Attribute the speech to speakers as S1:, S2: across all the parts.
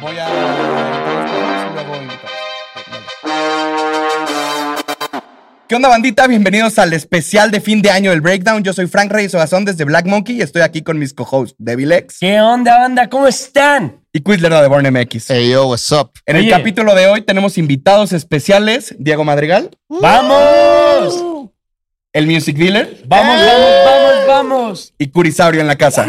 S1: voy a editar esto antes y luego invitados. Vale. ¿Qué onda, bandita? Bienvenidos al especial de fin de año del Breakdown. Yo soy Frank Reyes Ogazón desde Black Monkey y estoy aquí con mis co-hosts, Devilex
S2: ¿Qué onda, banda? ¿Cómo están?
S1: y Quizler de Born MX.
S3: Hey, yo, what's up?
S1: En el
S2: Oye.
S1: capítulo de hoy tenemos invitados especiales: Diego Madrigal,
S2: ¡Vamos!
S1: el Music Dealer
S2: ¡Vamos, vamos, vamos, vamos!
S1: y Curisaurio en la casa.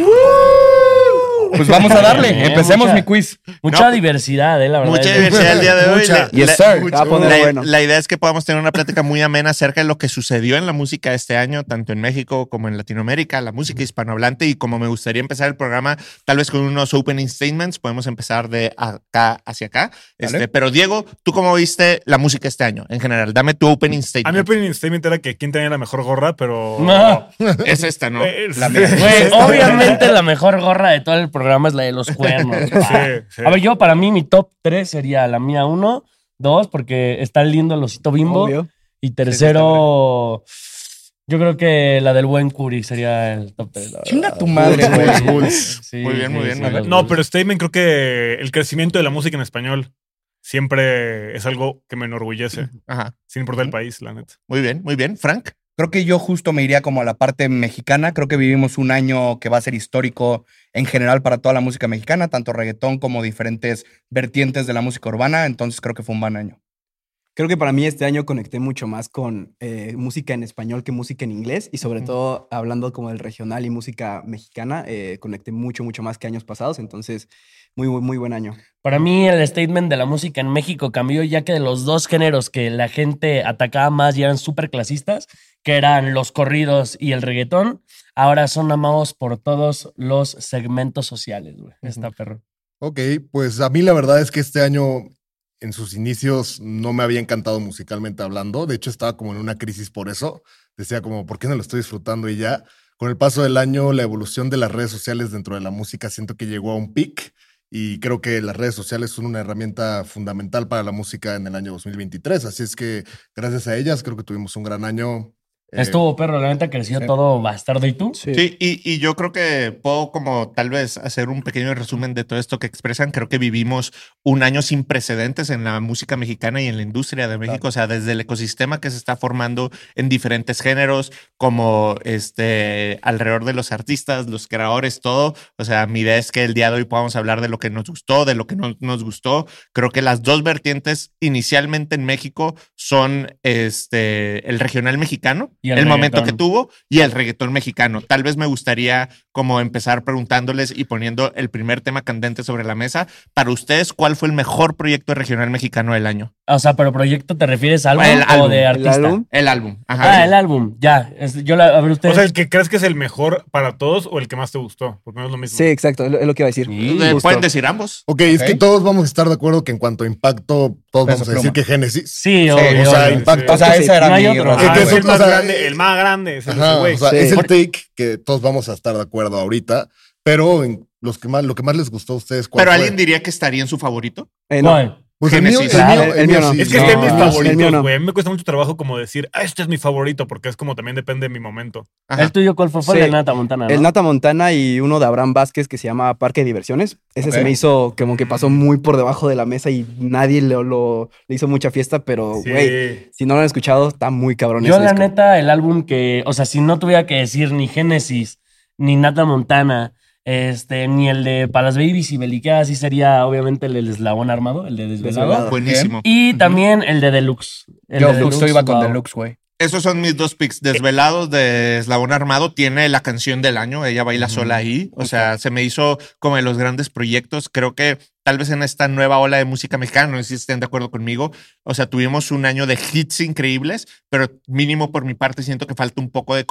S1: Pues vamos a
S2: Bien,
S1: darle. Empecemos
S2: mucha-
S1: mi quiz.
S2: Mucha diversidad, eh, la verdad.
S3: Mucha diversidad el día de hoy.
S4: Mucha.
S3: La,
S1: Yes,
S3: la-
S1: sir.
S4: Va a poner
S3: la-
S4: bueno.
S3: la idea es que podamos tener una plática muy amena acerca de lo que sucedió en la música este año, tanto en México como en Latinoamérica, la música hispanohablante. Y como me gustaría empezar el programa, tal vez con unos opening statements, podemos empezar de acá hacia acá. Este,
S1: Vale.
S3: pero Diego, ¿tú cómo viste la música este año en general? Dame tu opening
S4: A mi
S3: statement.
S4: opinión statement era que quién tenía la mejor gorra, pero.
S2: No.
S3: es esta, ¿no?
S4: Eh,
S3: La
S4: sí.
S3: mía.
S2: Güey, obviamente la mejor gorra de todo el programa es la de los cuernos. pa.
S4: Sí, sí.
S2: A ver, yo para mí mi top 3 sería la mía 1, 2, porque está lindo el osito bimbo.
S4: Obvio.
S2: Y tercero, yo creo que la del buen Curi sería el top 3.
S1: Chinga tu madre, güey.
S3: Muy bien, muy bien, Manuel.
S4: No, pero statement creo que el crecimiento de la música en español siempre es algo que me enorgullece,
S3: Ajá.
S4: sin importar el país, la neta.
S3: Muy bien, muy bien. Frank.
S1: Creo que yo justo me iría como a la parte mexicana. Creo que vivimos un año que va a ser histórico en general para toda la música mexicana, tanto reggaetón como diferentes vertientes de la música urbana. Entonces creo que fue un buen año.
S5: Creo que para mí este año conecté mucho más con eh, música en español que música en inglés y sobre todo hablando como del regional y música mexicana, eh, conecté mucho, mucho más que años pasados, entonces muy, muy, muy buen año.
S2: Para mí el statement de la música en México cambió ya que de los dos géneros que la gente atacaba más y eran súper clasistas, que eran los corridos y el reggaetón, ahora son amados por todos los segmentos sociales, güey. Está perro.
S6: Ok, pues a mí la verdad es que este año, en sus inicios, no me había encantado musicalmente hablando. De hecho, estaba como en una crisis por eso. Decía como, ¿por qué no lo estoy disfrutando? Y ya, con el paso del año, la evolución de las redes sociales dentro de la música, siento que llegó a un peak. Y creo que las redes sociales son una herramienta fundamental para la música en el año 2023. Así es que gracias a ellas creo que tuvimos un gran año. eh,
S2: Estuvo perro, la neta creció todo bastardo. ¿Y tú?
S3: Sí, y, y yo creo que puedo como tal vez hacer un pequeño resumen de todo esto que expresan. Creo que vivimos un año sin precedentes en la música mexicana y en la industria de México, o sea, desde el ecosistema que se está formando en diferentes géneros, como este, alrededor de los artistas, los creadores, todo. O sea, mi idea es que el día de hoy podamos hablar de lo que nos gustó, de lo que no nos gustó. Creo que las dos vertientes inicialmente en México son este, el regional mexicano,
S2: Y el
S3: el, momento que
S2: reggaetón.
S3: tuvo, y el reggaetón mexicano. Tal vez me gustaría como empezar preguntándoles y poniendo el primer tema candente sobre la mesa. Para ustedes, ¿cuál fue el mejor proyecto regional mexicano del año?
S2: O sea, pero proyecto te refieres a álbum
S3: El
S2: o
S3: álbum,
S2: de
S3: el
S2: artista?
S5: álbum.
S3: El álbum. Ajá.
S2: Ah, el álbum, ya. Es- yo la, a ver
S4: O
S2: ustedes.
S4: sea, el que crees que es el mejor para todos o el que más te gustó, porque no es lo mismo.
S5: Sí, exacto, es lo, es lo que iba a decir.
S2: Sí,
S3: Eh,
S5: Justo.
S3: Pueden decir ambos.
S6: Ok, es que
S1: Ok.
S6: todos vamos a estar de acuerdo que en cuanto a impacto, todos
S1: Peso
S6: vamos a decir
S1: pluma.
S6: que Génesis.
S2: sí,
S1: o
S2: obvio,
S6: o sea,
S2: obvio.
S6: impacto.
S1: O sea, esa era
S2: No hay
S1: mi
S2: otro.
S1: razón,
S4: Ah,
S6: que
S4: es
S1: güey.
S4: el
S6: sí,
S4: más
S6: o sea,
S4: grande, el más grande. Es el
S6: Ajá,
S4: güey.
S6: o sea,
S5: Sí.
S6: es el take que todos vamos a estar de acuerdo ahorita, pero en los que más, lo que más les gustó a ustedes, ¿cuál
S3: Pero
S6: fue?
S3: alguien diría que estaría en su favorito.
S5: Eh, no,
S2: ¿Cuál?
S6: Pues el mío, el
S3: Génesis.
S6: mío-
S5: Claro,
S6: el
S5: el
S6: mío
S5: mío no.
S6: sí.
S4: Es que
S5: No,
S4: este es mis
S5: no, el mío
S4: favoritos,
S5: no.
S4: güey. A mí me cuesta mucho trabajo como decir, "Ah, este es mi favorito, porque es como también depende de mi momento.
S3: Ajá.
S2: ¿El tuyo cuál fue? Fue
S5: Sí.
S2: el de Nata Montana, ¿no?
S5: El Nata Montana y uno de Abraham Vázquez que se llama Parque de Diversiones. Ese
S1: Ok.
S5: se me hizo como que pasó muy por debajo de la mesa y nadie le, lo, le hizo mucha fiesta, pero
S4: Sí.
S5: Oh, güey, si no lo han escuchado, está muy cabrón
S2: Yo,
S5: ese
S2: la
S5: disco.
S2: neta, el álbum que, o sea, si no tuviera que decir ni Génesis, ni Nata Montana, este, ni el de Para las Babies y Beliqueadas, sí sería obviamente el del Eslabón Armado, el de Desvelado.
S5: Desvelado.
S3: Buenísimo.
S2: Y también el de Deluxe. El
S1: Yo
S2: de
S1: justo iba con
S2: wow.
S1: Deluxe, güey.
S3: Esos son mis dos picks.
S2: Eh.
S3: Desvelados de Eslabón Armado tiene la canción del año. Ella baila sola ahí. O sea, se me hizo como de los grandes proyectos. Creo que tal vez en esta nueva ola de música mexicana, no sé si estén de acuerdo conmigo. O sea, tuvimos un año de hits increíbles, pero mínimo por mi parte siento que falta un poco de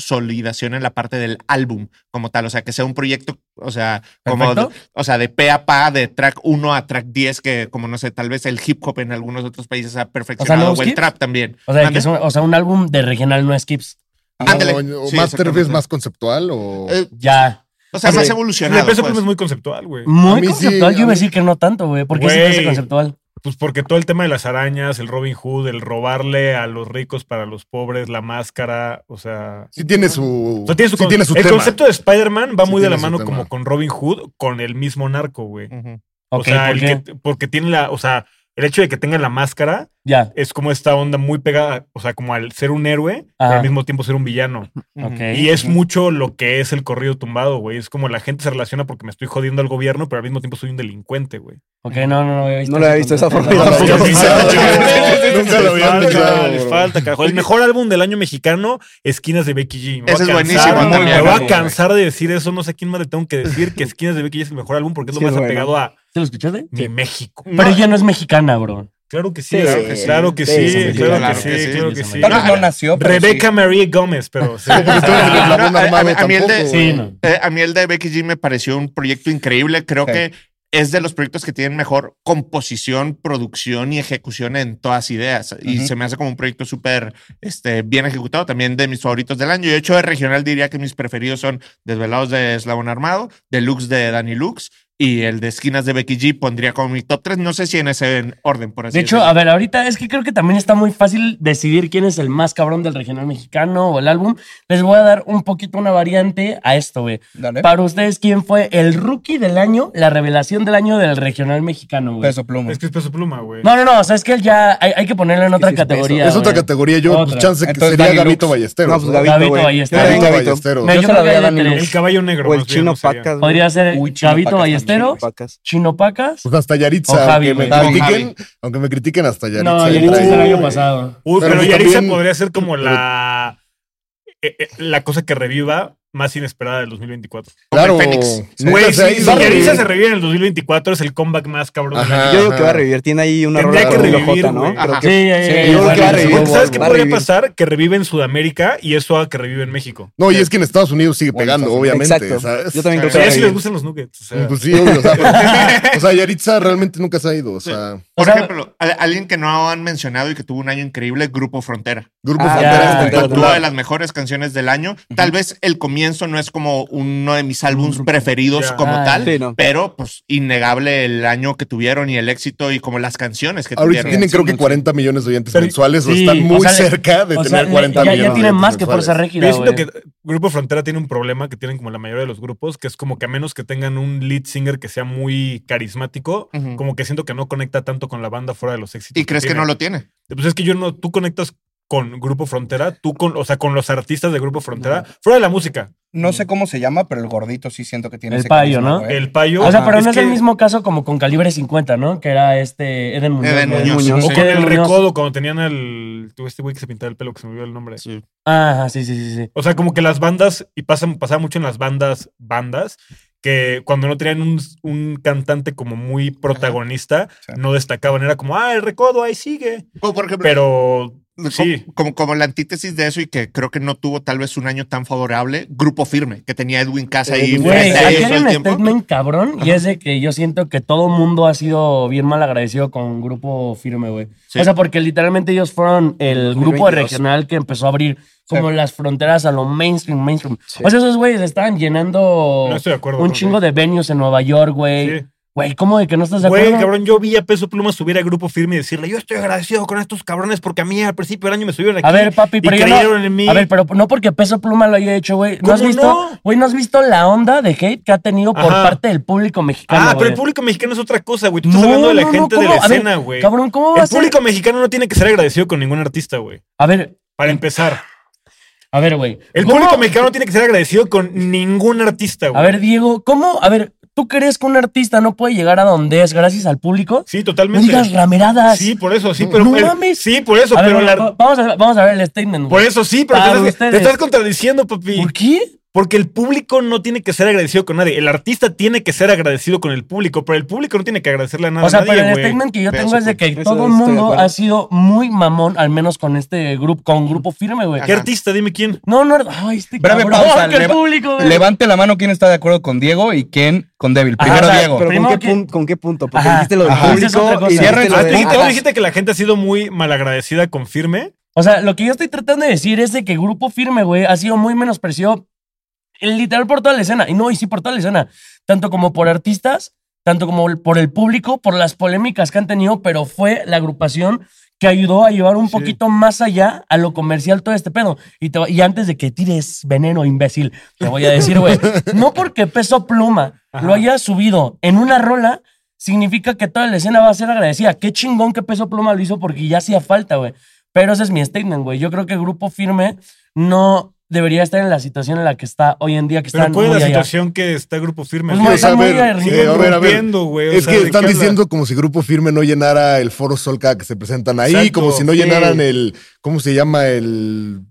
S3: consolidación en la parte del álbum como tal. O sea, que sea un proyecto, o sea, como
S2: Perfecto.
S3: o sea, de pe a pa, de track 1 a track 10, que como no sé, tal vez el hip hop en algunos otros países ha perfeccionado o,
S2: nuevos
S3: el
S2: hits?
S3: trap también.
S2: O sea, que
S3: ¿Mande?
S2: es un, o sea, un álbum de regional, no skips.
S3: Ándale.
S6: O- o
S3: Sí,
S6: más te refieres
S3: exactamente.
S6: más conceptual o
S3: Eh,
S2: Ya.
S3: o sea,
S4: Sí.
S3: más
S4: El
S3: evolucionado.
S4: peso
S3: pues.
S4: pluma es muy conceptual, güey.
S6: A
S2: Muy
S6: mí sí,
S2: conceptual.
S6: a
S2: Yo iba a
S6: mí-
S2: decir que no tanto, güey. ¿Por qué se te hace
S4: Güey.
S2: conceptual?
S4: Pues porque todo el tema de las arañas, el Robin Hood, el robarle a los ricos para los pobres, la máscara, o sea...
S6: sí tiene su,
S4: O sea, tiene su
S6: sí
S4: con-
S6: tiene su
S4: el
S6: tema.
S4: concepto de Spider-Man va
S6: Sí
S4: muy de la
S6: tiene su
S4: mano
S6: tema.
S4: como con Robin Hood, con el mismo narco, güey.
S3: Ujú.
S2: Ok,
S4: o sea,
S2: ¿por
S4: el
S2: qué?
S4: que- porque tiene la, o sea, el hecho de que tenga la máscara
S2: Ya,
S4: es como esta onda muy pegada, o sea, como al ser un héroe, pero
S2: Ajá.
S4: al mismo tiempo ser un villano.
S2: ok.
S4: Y es mucho lo que es el corrido tumbado, güey. Es como la gente se relaciona porque me estoy jodiendo al gobierno, pero al mismo tiempo soy un delincuente, güey.
S2: Ok, no, no, no había visto.
S5: No lo había
S2: ese
S5: visto de esa
S2: concepto.
S5: forma.
S6: No,
S5: Sí,
S6: yo
S5: sí,
S6: no
S5: sí,
S6: sé.
S5: sí, sí, sí, sí.
S6: Nunca lo
S4: Les
S6: habían
S4: falta,
S6: pensado,
S4: les
S6: bro.
S4: falta, carajo. El mejor álbum del año mexicano, Esquinas de Becky G. Me voy
S3: Ese
S4: a
S3: es buenísimo
S4: cansar,
S3: también,
S4: Me voy a
S3: güey.
S4: cansar de decir eso. No sé a quién más le tengo que decir que Esquinas de Becky G es el mejor álbum porque es lo
S5: Sí,
S4: más
S5: es bueno.
S4: apegado a
S2: ¿Sí lo escuchaste?
S4: mi México.
S2: Pero ella no es mexicana, bro.
S4: Claro que sí,
S5: Sí,
S4: claro que sí, claro que sí,
S5: sí, sí,
S4: claro
S3: claro
S4: que sí,
S3: que
S4: claro
S2: sí.
S4: que sí.
S1: Tal vez
S3: No,
S1: no
S3: a-
S1: nació, pero
S4: Ah, Rebeca Marie Gómez, pero sí.
S6: Porque tú eres el eslabón
S3: Ah,
S6: armado
S3: a- a mí el de-
S6: tampoco,
S2: Sí,
S6: güey.
S2: no.
S3: Eh, a mí el de Becky G me pareció un proyecto increíble. Creo
S1: Sí.
S3: que es de los proyectos que tienen mejor composición, producción y ejecución en todas ideas. Y
S1: Ujú.
S3: se me hace como un proyecto súper este, bien ejecutado. También de mis favoritos del año. Yo, de hecho, de regional diría que mis preferidos son Desvelados de Eslabón Armado, Deluxe de Danny Lux y el de Esquinas de Becky G pondría como mi top 3. No sé si en ese en orden, por así
S2: De hecho,
S3: decirlo.
S2: a ver, ahorita es que creo que también está muy fácil decidir quién es el más cabrón del regional mexicano o el álbum. Les voy a dar un poquito una variante a esto, güey.
S1: sí. Dale.
S2: Para ustedes, ¿quién fue el rookie del año, la revelación del año del regional mexicano, güey?
S1: Peso pluma.
S4: Es que es peso pluma, güey.
S2: No, no, no, o sea, es que él ya hay, hay que ponerlo en otra
S5: sí es
S2: categoría.
S5: peso.
S6: Es otra
S2: güey.
S6: categoría. Yo, pues,
S2: Otra.
S6: chance que
S1: Entonces,
S6: sería
S1: Dani
S6: Gabito
S1: Lux.
S6: Ballesteros.
S5: No, pues
S6: ¿no?
S5: Gabito,
S2: Gabito
S5: güey.
S2: Ballesteros.
S6: Gabito
S5: Gabito.
S6: Ballesteros.
S2: Me-
S1: Yo
S2: yo
S1: se la
S2: creo
S1: doy
S2: que
S1: a
S2: hay de
S1: Dani
S2: tres.
S1: Lux.
S4: El caballo negro.
S5: O el
S4: más bien,
S5: chino
S4: no sabía.
S5: Pacas. güey.
S2: Podría ser
S1: Uy, Chino
S2: Chavito
S1: Pacas
S2: Ballesteros,
S5: Pacas.
S2: Chino Pacas.
S6: Pues hasta
S2: O
S6: Yaritza.
S2: Javi,
S6: aunque, me
S2: güey.
S6: critiquen, aunque me critiquen hasta Yaritza.
S2: No, ya
S6: entra
S2: es el
S6: ahí.
S2: año pasado.
S4: Uy,
S6: Pero
S4: pero,
S6: pues
S4: Yaritza
S6: también-
S4: podría ser como la eh, eh, la cosa que reviva más inesperada del 2024.
S6: Claro.
S3: Como el Fénix.
S6: Neta,
S4: Güey,
S6: se ha
S4: si, si
S6: ido, güey.
S4: Yaritza se revive en el 2024 es el comeback más cabrón. del
S6: Ajá.
S4: año.
S5: Yo digo que va a revivir. Tiene ahí una
S4: Tendría
S5: rola
S4: que
S5: con
S4: revivir,
S5: Lojota, ¿no?
S4: güey.
S5: Creo
S3: Ajá.
S5: que-
S2: Sí, ya, ya,
S5: Sí, yo creo que va a
S2: ya.
S5: revivir.
S4: Porque ¿Sabes
S5: Volvo,
S4: qué
S5: va a
S4: podría
S5: revivir.
S4: pasar? Que revive en Sudamérica y eso haga que revive en México.
S6: No, y es que en Estados Unidos sigue
S1: Bueno,
S6: pegando,
S1: Estados
S6: obviamente.
S5: Exacto.
S6: ¿sabes?
S5: Yo también
S3: O
S5: creo
S4: O
S5: que
S4: sea,
S5: va
S4: ya
S5: a
S4: si les
S5: revivir.
S4: gustan los nuggets. o sea.
S6: Pues sí, obvio, o sea, pero- o sea, Yaritza realmente nunca se ha ido. O sea,
S3: Por
S2: O sea-
S3: ejemplo, a- alguien que no han mencionado y que tuvo un año increíble, Grupo Frontera.
S6: Grupo
S5: Ah,
S6: Frontera
S2: ya,
S6: es
S3: Tuvo
S6: espectacular.
S5: Claro.
S3: de las mejores canciones del año. Tal vez el comienzo no es como uno de mis álbumes preferidos
S4: Ya.
S3: como
S2: Ah,
S3: tal,
S5: sí, no.
S3: pero pues innegable el año que tuvieron y el éxito y como las canciones que
S6: Ahorita
S3: tuvieron.
S6: tienen creo que 40 millones de oyentes
S4: Pero-
S6: mensuales o
S2: sí,
S6: están muy
S2: o sea, le-
S6: cerca de
S2: O
S6: tener
S2: sea,
S6: 40
S2: ya,
S6: millones.
S2: ya
S6: de
S2: tienen
S6: oyentes
S2: más que
S6: mensuales.
S2: Fuerza
S4: Pero
S2: Régida,
S4: yo siento
S2: güey.
S4: que Grupo Frontera tiene un problema que tienen como la mayoría de los grupos, que es como que a menos que tengan un lead singer que sea muy carismático,
S3: Ujú.
S4: como que siento que no conecta tanto con la banda fuera de los éxitos.
S3: ¿Y crees que
S4: tiene.
S3: no lo tiene?
S4: Pues es que yo no, tú conectas con Grupo Frontera, tú con, o sea, con los artistas de Grupo Frontera, fuera de la música.
S1: No sé cómo se llama, pero el gordito sí siento que tiene
S2: El
S1: ese
S2: payo, ¿no?
S1: güey.
S4: El payo.
S2: O sea, pero
S4: Ah, es
S2: no es el
S4: que
S2: mismo caso como con Calibre 50, ¿no? Que era este Eden Muñoz.
S3: Eden
S2: güey.
S3: Muñoz,
S5: Muñoz.
S4: O
S2: Sí.
S4: con el
S2: Eden Muñoz.
S4: recodo, cuando tenían el. Tuve este güey que se pintaba el pelo, que se me olvidó el nombre.
S2: Ajá, sí, sí, sí, sí.
S4: O sea, como que las bandas, y pasa, pasaba mucho en las bandas, bandas, que cuando no tenían un, un cantante como muy protagonista,
S1: Sí.
S4: no destacaban. Era como, ah, el recodo, ahí sigue.
S3: Como por ejemplo,
S4: Pero
S3: como-
S4: sí.
S3: como, como la antítesis de eso y que creo que no tuvo tal vez un año tan favorable, Grupo Firme, que tenía Edwin Casa ahí.
S2: Güey,
S3: frente Eh, a
S2: aquí
S3: ellos
S2: hay
S3: todo el
S2: un
S3: tiempo.
S2: statement cabrón y es de que yo siento que todo mundo ha sido bien mal agradecido con Grupo Firme, güey.
S3: Sí.
S2: O sea, porque literalmente ellos fueron el grupo
S5: 2022.
S2: regional que empezó a abrir como las fronteras a lo mainstream, mainstream.
S5: Sí.
S2: O sea, esos güeyes estaban llenando
S4: No estoy de acuerdo.
S2: un
S4: ¿no?
S2: chingo de venues en Nueva York, güey.
S4: Sí.
S2: Güey, ¿cómo de que no estás de
S4: Güey,
S2: acuerdo?
S4: cabrón, yo vi a Peso Pluma subir a Grupo Firme y decirle, yo estoy agradecido con estos cabrones porque a mí al principio del año me subieron aquí.
S2: A ver, papi,
S4: y
S2: pero yo no-
S4: creyeron en mí.
S2: A ver, pero no porque Peso Pluma lo haya hecho, güey. ¿No
S4: ¿Cómo
S2: has visto?
S4: no?
S2: Güey, ¿no has visto la onda de hate que ha tenido por
S4: Ajá.
S2: parte del público mexicano?
S4: ah, pero
S2: güey?
S4: el público mexicano es otra cosa, güey. Tú estás hablando de la
S2: no, no,
S4: gente de la
S2: ¿cómo? A ver,
S4: escena, güey.
S2: Cabrón, ¿cómo va a
S4: El
S2: ser?
S4: público mexicano no tiene que ser agradecido con ningún artista, güey.
S2: A ver,
S4: Para empezar.
S2: a ver, güey.
S4: El
S2: Eh, ¿Cómo-
S4: público mexicano no tiene que ser agradecido con ningún artista,
S2: A
S4: güey.
S2: ver, Diego, ¿cómo? A ver, ¿tú crees que un artista no puede llegar a donde es gracias al público?
S4: Sí,
S2: No
S4: totalmente.
S2: digas rameradas.
S4: Sí, por eso, sí, pero.
S2: No
S4: el-
S2: mames.
S4: Sí, por eso,
S2: a ver,
S4: pero
S2: bueno,
S4: la-
S2: va- vamos, a, vamos a ver el statement.
S4: Por
S2: güey.
S4: eso sí, pero te
S2: Para
S4: estás,
S2: ustedes.
S4: te estás contradiciendo, papi.
S2: ¿Por qué?
S4: Porque el público no tiene que ser agradecido con nadie. El artista tiene que ser agradecido con el público, pero el público no tiene que agradecerle a nada.
S2: O sea,
S4: a nadie,
S2: pero el
S4: güey.
S2: statement que yo
S3: Pero
S2: tengo es de
S3: supongo-
S2: que
S5: eso
S2: todo el
S5: estoy de
S2: mundo
S5: acuerdo.
S2: ha sido muy mamón, al menos con este grupo, con grupo firme, güey.
S4: ¿Qué
S3: Ajá.
S4: artista? Dime quién.
S2: No, no, ay, este
S1: Breve
S2: cabrón,
S1: pausa,
S2: que el
S1: leva-
S2: público, güey.
S1: Levante la mano quién está de acuerdo con Diego y quién con Débil.
S2: Ajá,
S1: Primero
S2: o sea,
S1: Diego.
S5: Pero
S2: Primero
S5: ¿con qué,
S2: que-
S5: pun- ¿con qué punto? Porque
S2: Ajá.
S5: dijiste lo del
S1: Ajá.
S2: Esa es
S5: público
S2: otra cosa.
S5: y dijiste
S1: Cierren
S5: lo
S4: Ah,
S5: de-
S4: tú dijiste, tú
S5: Ajá.
S4: dijiste que la gente ha sido muy malagradecida con firme.
S2: O sea, lo que yo estoy tratando de decir es de que Grupo Firme, güey, ha sido muy menospreciado eh, literal por toda la escena. Y no, y sí por toda la escena. Tanto como por artistas, tanto como el- por el público, por las polémicas que han tenido, pero fue la agrupación que ayudó a llevar un poquito más allá a lo comercial todo este pedo. Y, te va- y antes de que tires veneno, imbécil, te voy a decir, güey, no porque Peso Pluma
S4: Ajá.
S2: lo haya subido en una rola, significa que toda la escena va a ser agradecida. Qué chingón que Peso Pluma lo hizo porque ya hacía falta, güey. Pero ese es mi statement, güey. Yo creo que Grupo Firme no debería estar en la situación en la que está hoy en día, que está
S4: Pero ¿cuál
S2: muy
S4: es la
S2: allá.
S4: situación que está Grupo Firme?
S2: Pues,
S4: Sí,
S2: no,
S4: o sea,
S2: está muy
S6: a ver,
S2: arriba,
S6: eh, a ver, a ver.
S4: rompiendo, güey, o
S6: es
S4: sea,
S6: que
S4: ¿de
S6: están
S4: qué habla?
S6: diciendo como si Grupo Firme no llenara el Foro Sol cada que se presentan ahí,
S4: Exacto,
S6: como si no
S4: sí.
S6: llenaran el. ¿Cómo se llama? El.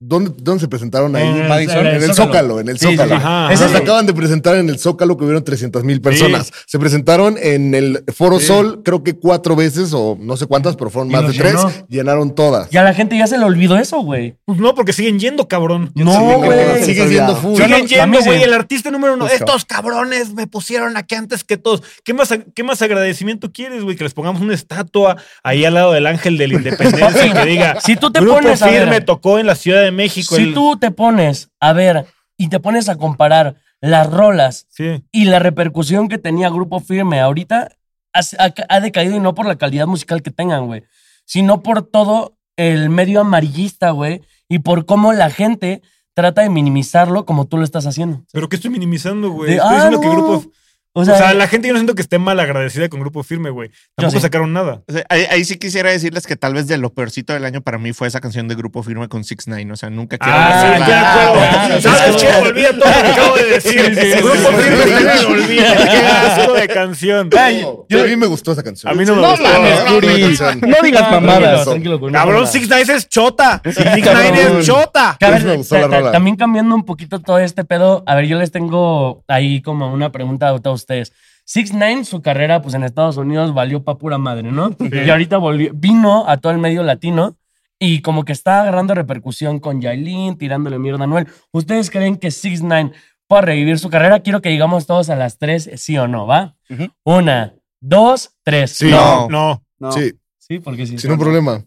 S6: ¿Dónde, dónde se presentaron ahí?
S4: En el-
S1: Madison,
S6: en el Zócalo, en el
S2: Sí, sí, sí.
S6: Zócalo.
S4: Ajá.
S2: Ese
S6: Ajá,
S2: es
S6: se
S2: el-
S6: acaban de presentar en el Zócalo que hubieron 300 mil personas.
S4: Sí.
S6: Se presentaron en el Foro
S4: Sí.
S6: Sol, creo que cuatro veces o no sé cuántas, pero fueron
S2: Y
S6: más de
S2: los
S6: tres.
S2: llenó.
S6: Llenaron todas.
S2: Y a la gente ya se le olvidó eso, güey.
S4: Pues no, porque siguen yendo, cabrón.
S2: No,
S6: Sí,
S2: güey.
S6: cabrón,
S5: Sí,
S6: Sigue
S5: sí,
S6: siendo
S5: sí.
S6: full.
S4: Siguen
S2: no, a mí
S4: yendo,
S2: sí.
S4: güey, el artista número uno.
S1: Justo.
S4: Estos cabrones me pusieron aquí antes que todos. ¿Qué más, qué más agradecimiento quieres, güey? Que les pongamos una estatua ahí al lado del ángel de la independencia que diga.
S2: Si tú te
S4: Grupo
S2: pones a ver-
S4: firme tocó en la Ciudad de México.
S2: Si
S4: el-
S2: tú te pones a ver y te pones a comparar las rolas
S4: Sí.
S2: y la repercusión que tenía Grupo Firme ahorita ha, ha- ha decaído y no por la calidad musical que tengan, güey, sino por todo el medio amarillista, güey, y por cómo la gente trata de minimizarlo como tú lo estás haciendo.
S4: Pero que estoy minimizando, güey.
S2: De,
S4: Estoy
S2: "Ah,
S4: diciendo que
S2: no".
S4: Grupo.
S2: O
S4: O
S2: sea, eh,
S4: sea, la gente yo no siento que esté mal agradecida con Grupo Firme, güey. Tampoco
S2: sí.
S4: sacaron nada.
S3: O sea, ahí, ahí sí quisiera decirles que tal vez de lo peorcito del año para mí fue esa canción de Grupo Firme con Six Nine. O sea, nunca quiero
S4: Ah,
S3: decirla.
S4: sí, ya, Ah,
S2: claro,
S4: claro.
S3: Ah,
S2: claro.
S4: ¿Sabes
S2: Sí,
S4: qué?
S2: sí.
S4: Olvida todo lo que acabo de decir.
S2: Sí, sí, sí.
S4: Grupo
S6: Sí, sí,
S4: Firme
S6: sí.
S4: está en el olvido. Qué asco de canción.
S6: No, a mí me gustó esa canción.
S4: A mí no me gustó.
S6: mames,
S4: No,
S6: Curi.
S4: no, no.
S1: No digas mamadas.
S2: Tranquilo, güey, no pasa
S4: Cabrón,
S2: nada.
S4: Six Nine es chota. Six
S2: cabrón.
S4: Nine es chota.
S2: Que, a ver,
S6: Pues me gustó
S2: ta-
S6: la
S2: ta-
S6: rola.
S2: también cambiando un poquito todo este pedo, a ver, yo les tengo ahí como una pregunta a todos ustedes. Six Nine, su carrera, pues en Estados Unidos valió pa' pura madre, ¿no? Y ahorita volvió, vino a todo el medio latino y como que está agarrando repercusión con Yailin, tirándole mierda a Anuel. ¿Ustedes creen que Six Nine pueda revivir su carrera? Quiero que digamos todos a las tres, sí o no, ¿va?
S1: Ujú.
S2: Una, dos, tres.
S6: Sí.
S3: No.
S4: No.
S5: No.
S6: Sí,
S2: Sí, porque sí.
S6: sin un problema.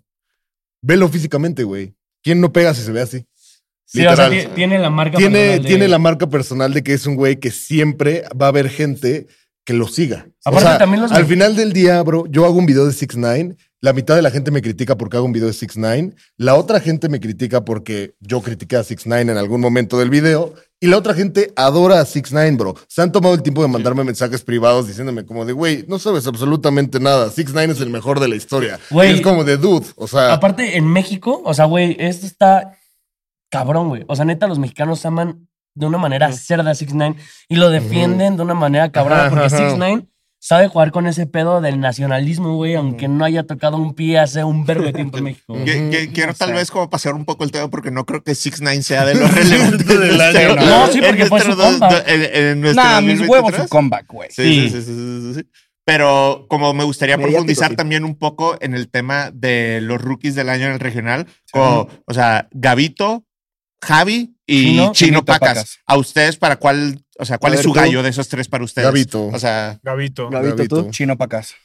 S6: Velo físicamente, güey. ¿Quién no pega si se ve así?
S2: Sí, o sea,
S6: Literal.
S2: ti- tiene la marca.
S6: Tiene,
S2: personal de-
S6: tiene la marca personal de que es un güey que siempre va a haber gente que lo siga.
S2: Aparte, también los-
S6: Al final del día, bro, yo hago un video de 6 9 la mitad de la gente me critica porque hago un video de 6 9 la otra gente me critica porque yo critiqué a 6 9 en algún momento del video, y la otra gente adora a 6 9 bro. Se han tomado el tiempo de mandarme mensajes privados diciéndome como de, güey, no sabes absolutamente nada, 6 9 es el mejor de la historia.
S2: Güey.
S6: Y es como de dude, o sea...
S2: Aparte, en México, o sea, güey, esto está cabrón, güey. O sea, neta, los mexicanos aman de una manera cerda a 6 9 y lo defienden de una manera cabrona
S6: Ajá,
S2: porque
S6: ajá.
S2: 6 9 sabe jugar con ese pedo del nacionalismo, güey, aunque no haya tocado un pie hace un verbo de tiempo en México. güey.
S3: Que- que- quiero tal
S2: sea.
S3: vez como pasear un poco el tema porque no creo que Six Nine sea de lo relevante del año.
S2: No, sí, porque
S3: En
S2: fue su
S3: nuestro dos-
S2: comeback.
S3: En, en nuestro
S1: Nah, mis huevos su
S3: 2023.
S1: comeback, güey.
S3: Sí, sí, sí, sí, sí, sí, sí. Pero como me gustaría
S5: Mediático,
S3: profundizar
S5: sí.
S3: también un poco en el tema de los rookies del año en el regional, como, o sea, Gavito, Javi y
S2: Chino,
S3: Chino,
S1: Chinito
S3: Pacas.
S1: Pacas.
S3: A ustedes, ¿para cuál, o sea, cuál
S5: A
S3: es
S5: ver,
S3: su
S5: tú.
S3: gallo de esos tres para ustedes?
S6: Gavito.
S3: O sea,
S4: Gabito.
S5: Gabito, tú.
S1: Chino pa' casa.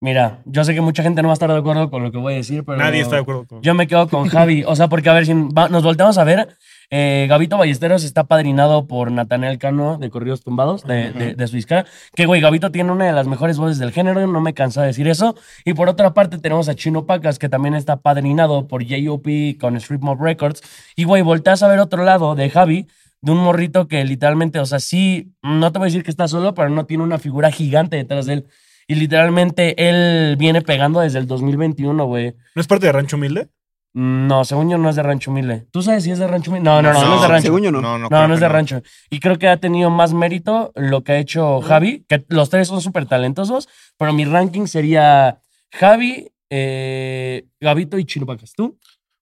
S2: Mira, yo sé que mucha gente no va a estar de acuerdo con lo que voy a decir, pero.
S4: Nadie está de acuerdo con.
S2: Yo me quedo con Javi. O sea, porque a ver, si va- nos volteamos a ver, eh, Gabito Ballesteros está padrinado por Natanael Cano de Corridos Tumbados, de, de, de Suizca. Que, güey, Gabito tiene una de las mejores voces del género, no me cansa de decir eso. Y por otra parte, tenemos a Chino Pacas, que también está padrinado por J.O.P. con Street Mob Records. Y, güey, volteas a ver otro lado de Javi, de un morrito que literalmente, o sea, sí, no te voy a decir que está solo, pero no tiene una figura gigante detrás de él. Y literalmente él viene pegando desde el 2021, güey.
S4: ¿No es parte de Rancho Humilde?
S2: No, según yo no es de Rancho Humilde. ¿Tú sabes si es de Rancho Humilde? No, no, no, no, es de Rancho.
S5: según yo no.
S3: No, no,
S2: no,
S3: creo
S2: no es
S3: que
S2: de Rancho. Y creo que ha tenido más mérito lo que ha hecho Javi, que los tres son súper talentosos, pero mi ranking sería Javi, eh, Gabito y Chino Pacas. ¿Tú?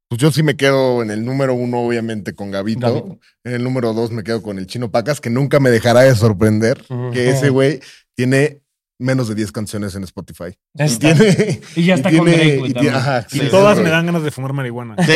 S6: Pues yo sí me quedo en el número uno, obviamente, con Gabito.
S2: Gabito.
S6: En el número dos me quedo con el Chino Pacas, que nunca me dejará de sorprender
S2: Ujú.
S6: que ese güey tiene menos de 10 canciones en Spotify. Y
S2: Está.
S6: tiene.
S2: Y ya
S6: y
S2: está con
S6: tiene-
S2: Drake, güey,
S6: y tiene-
S2: también.
S6: ajá,
S3: Sí,
S6: sí,
S4: y todas
S6: sí,
S4: me
S6: güey.
S4: dan ganas de fumar marihuana.
S3: Sí.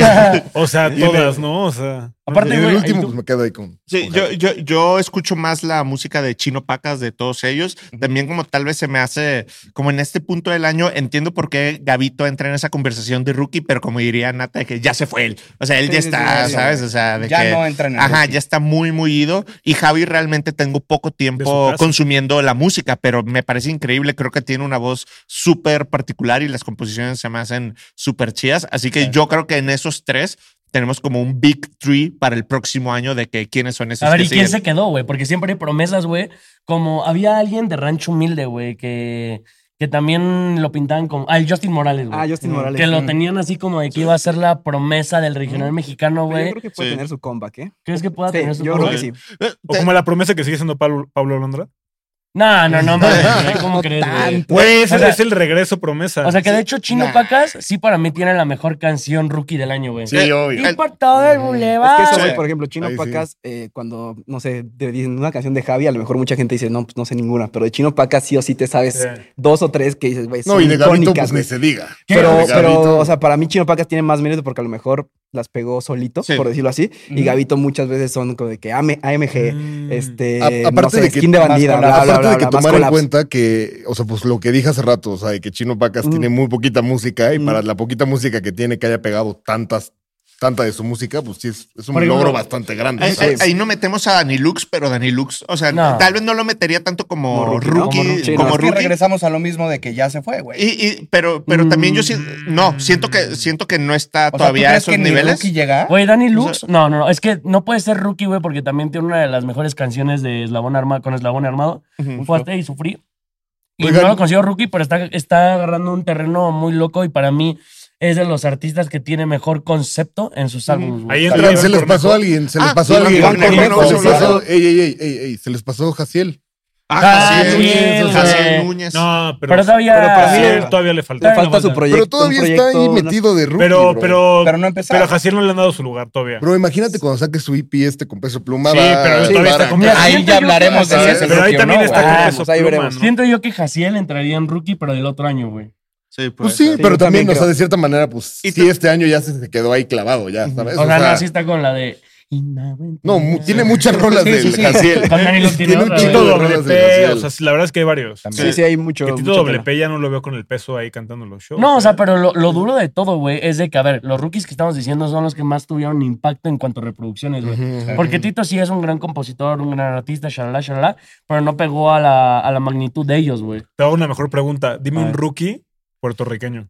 S4: O sea,
S6: Y de-
S4: todas, ¿no? O sea.
S6: Y
S2: Aparte,
S6: en
S2: güey,
S6: el
S2: ahí
S6: último,
S2: tú-
S6: pues me quedo ahí con.
S3: Sí,
S6: con
S3: yo,
S6: Javi.
S3: yo, yo escucho más la música de Chino Pacas de todos ellos. También como tal vez se me hace, como en este punto del año, entiendo por qué Gabito entra en esa conversación de rookie, pero como diría Nata, de que ya se fue él. O sea, él
S5: Sí,
S3: ya
S5: sí,
S3: está,
S5: sí, sí.
S3: ¿sabes? O sea, de
S1: Ya
S3: que...
S1: no entra en el
S3: Ajá,
S1: rookie.
S3: ya está muy, muy ido. Y Javi realmente tengo poco
S4: De su
S3: tiempo
S4: casa.
S3: consumiendo la música, pero me parece increíble. Creo que tiene una voz súper particular y las composiciones se me hacen súper chidas. Así que yo creo que en esos tres tenemos como un big tree para el próximo año de que quiénes son esos
S2: A ver,
S3: que
S2: ¿y quién
S3: siguen.
S2: se quedó, güey? Porque siempre hay promesas, güey. Como había alguien de Rancho Humilde, güey, que, que también lo pintaban como. Ah, el Justin Morales, güey.
S5: Ah, Justin Morales.
S2: Que lo
S5: Mm.
S2: tenían así como de que iba a ser la promesa del regional mexicano,
S5: Pero Yo
S2: güey.
S5: creo que puede
S3: Sí.
S5: tener su comeback, ¿eh?
S2: ¿Crees que pueda
S5: Sí,
S2: tener su
S5: yo creo
S2: comeback?
S5: que sí.
S3: Eh,
S4: O como la promesa que sigue haciendo Pablo, Pablo Londra.
S2: No, no, no, mames, güey, ¿Cómo
S5: No
S2: crees, güey?
S5: tanto.
S4: Güey, ese
S2: O sea-
S4: es el regreso promesa.
S2: O sea, que de hecho Chino
S1: Nah.
S2: Pacas sí para mí tiene la mejor canción rookie del año, güey.
S6: Sí,
S3: Eh,
S6: obvio.
S2: Y por todo el
S6: Mm.
S5: Es
S2: bulevar.
S5: que eso,
S3: sí.
S5: güey, por ejemplo, Chino
S6: Ahí sí.
S5: Pacas, eh, cuando, no sé, te dicen una canción de Javi, a lo mejor mucha gente dice, no, pues no sé ninguna, pero de Chino Pacas sí o sí te sabes
S4: Sí.
S5: dos o tres que dices, güey,
S6: No,
S5: son
S6: y de Gabito,
S5: icónicas,
S6: pues
S5: güey.
S6: ni se diga.
S5: Pero,
S6: De Gabito.
S5: pero, o sea, para mí Chino Pacas tiene más mérito porque a lo mejor las pegó solito,
S3: Sí.
S5: por decirlo así, y
S1: Ujú.
S5: Gabito muchas veces son como de que AM, AMG,
S4: Mm.
S5: este,
S6: A-
S5: no sé, skin de
S6: más
S5: bandida,
S6: collabs.
S5: bla, bla,
S6: aparte
S5: bla,
S6: de que
S5: bla, más
S6: tomar en
S5: collabs.
S6: cuenta que, o sea, pues lo que dije hace rato, o sea, de que Chino Pacas
S5: Mm.
S6: tiene muy poquita música y
S5: Mm.
S6: para la poquita música que tiene que haya pegado tantas, tanta de su música, pues sí es, es un
S2: Por ejemplo,
S6: logro bastante grande.
S3: Ahí,
S6: ¿sabes?
S3: ahí- ahí no metemos a Dani Lux, pero Dani Lux, o sea,
S2: No.
S3: tal vez no lo metería tanto como,
S5: Como rookie, ¿no?
S3: rookie,
S5: Como rookie.
S3: como
S5: Sí,
S1: Es que
S3: rookie.
S1: regresamos a lo mismo de que ya se fue, güey.
S3: Y- y- pero pero también yo sí, no,
S4: Mm.
S3: siento que siento que no está
S1: O sea, ¿tú
S3: todavía a
S1: crees
S3: esos
S1: que ni
S3: niveles.
S1: Rookie llega?
S2: Güey, Danny
S3: O
S2: Lux.
S3: sea-
S2: no, no, no. Es que no puede ser rookie, güey, porque también tiene una de las mejores canciones de Eslabón Armado con Eslabón Armado.
S3: Ujú.
S2: Fuerte y sufrí. Y
S6: Oigan.
S2: no lo consigo rookie, pero está, está agarrando un terreno muy loco y para mí es de los artistas que tiene mejor concepto en sus álbumes. güey.
S4: Ahí
S6: Oigan,
S4: entra
S6: se les
S4: Iván
S6: pasó a
S4: Cornejo.
S6: alguien, se les
S3: Ah,
S6: pasó a
S3: Iván
S6: alguien.
S5: Cornejo,
S6: Iván Cornejo,
S5: sí,
S6: se les
S5: claro.
S6: pasó- ey, ey, ey, ey, ey, se les pasó Jaciel.
S3: Ah,
S2: Ah,
S3: Jaciel,
S2: Jaciel,
S6: o sea,
S2: güey.
S3: Núñez.
S4: No, pero,
S2: Pero todavía-
S4: pero para mí
S5: Sí.
S4: todavía le
S5: Le
S4: falta.
S2: Todavía
S5: falta
S2: le
S5: su
S2: falta.
S5: proyecto.
S6: Pero todavía
S5: un
S6: está ahí
S5: proyecto, una-
S6: metido de rookie.
S4: Pero,
S6: bro.
S4: pero,
S1: Pero no empezaba.
S4: pero a Jaciel no le han dado su lugar todavía.
S6: Bro, imagínate cuando saques su EP este con peso pluma.
S4: Sí,
S6: va
S4: pero
S6: a
S4: todavía está
S6: estar
S4: con-
S6: acá.
S2: Mira,
S1: Ahí
S2: siento
S1: ya
S2: yo
S1: hablaremos
S2: que
S1: de si
S2: Jaciel-
S1: es el
S4: pero ahí
S1: rookie o
S4: también
S1: no,
S4: está
S1: güey.
S4: con
S5: Ah,
S4: eso.
S5: pues ahí
S4: pluma,
S5: veremos.
S4: ¿no?
S2: Siento yo que Jaciel entraría en rookie, pero del otro año, güey.
S3: Sí, eh, puede
S6: Pues sí,
S3: ser.
S5: Sí,
S6: pero
S5: yo
S6: también,
S5: también
S6: o sea,
S5: creo.
S6: de cierta manera, pues
S3: Y
S6: sí, este año ya se se quedó ahí clavado, ya, ¿sabes?
S2: O sea, no, así está con la de.
S6: no, mu- tiene muchas rolas
S1: Sí,
S6: de
S1: sí, sí.
S6: Jaciel.
S2: Con Danny Lux tiene
S6: Tiene un
S2: otra,
S6: chingo
S4: Tito
S2: güey.
S6: de
S4: doble
S6: rolas de
S4: P,
S6: Jaciel.
S4: o sea, la verdad es que hay varios.
S1: También.
S5: Sí, sí, hay mucho.
S4: Que Tito
S5: mucha
S4: doble
S5: tela.
S4: P ya no lo veo con el peso ahí cantando los shows.
S2: No, o sea, pero lo, lo duro de todo, güey, es de que, a ver, los rookies que estamos diciendo son los que más tuvieron impacto en cuanto a reproducciones, güey. Porque Tito sí es un gran compositor, un gran artista, shalala, shalala, pero no pegó a la, a la magnitud de ellos, güey.
S4: Te hago una mejor pregunta. Dime
S2: A
S4: un
S2: ver.
S4: rookie puertorriqueño.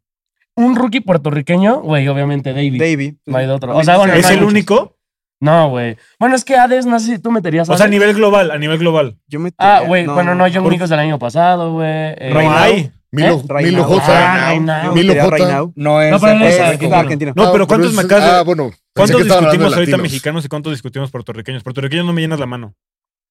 S2: Un rookie puertorriqueño, güey, obviamente David.
S5: Davey.
S2: No hay de otro. O sea, bueno,
S4: ¿Es
S2: no hay
S4: el
S2: muchos.
S4: único?
S2: No, güey. Bueno, es que Hades, no sé si tú meterías a
S4: O sea, a
S2: Hades.
S4: nivel global, a nivel global.
S5: Yo me
S2: Ah,
S5: eh,
S2: güey, bueno, no, John
S4: Por-
S2: Nichols del año pasado, güey. eh,
S4: No hay.
S6: Milo,
S5: Right
S6: Milo
S5: now.
S6: Jota.
S2: Ah, Right Now.
S5: Yo
S6: Milo
S5: metería
S6: Jota.
S5: Right Now.
S1: No es
S2: No, pero no
S1: de
S2: es
S1: Argentina.
S5: Es
S2: Argentina.
S5: Argentina.
S4: No, pero ¿cuántos
S6: es-
S4: mercados-
S6: Ah, bueno. pensé
S4: ¿Cuántos
S6: que estaban hablando
S4: discutimos
S6: de
S4: ahorita
S6: latinos.
S4: mexicanos y cuántos discutimos puertorriqueños? Puertorriqueños no me llenas la mano.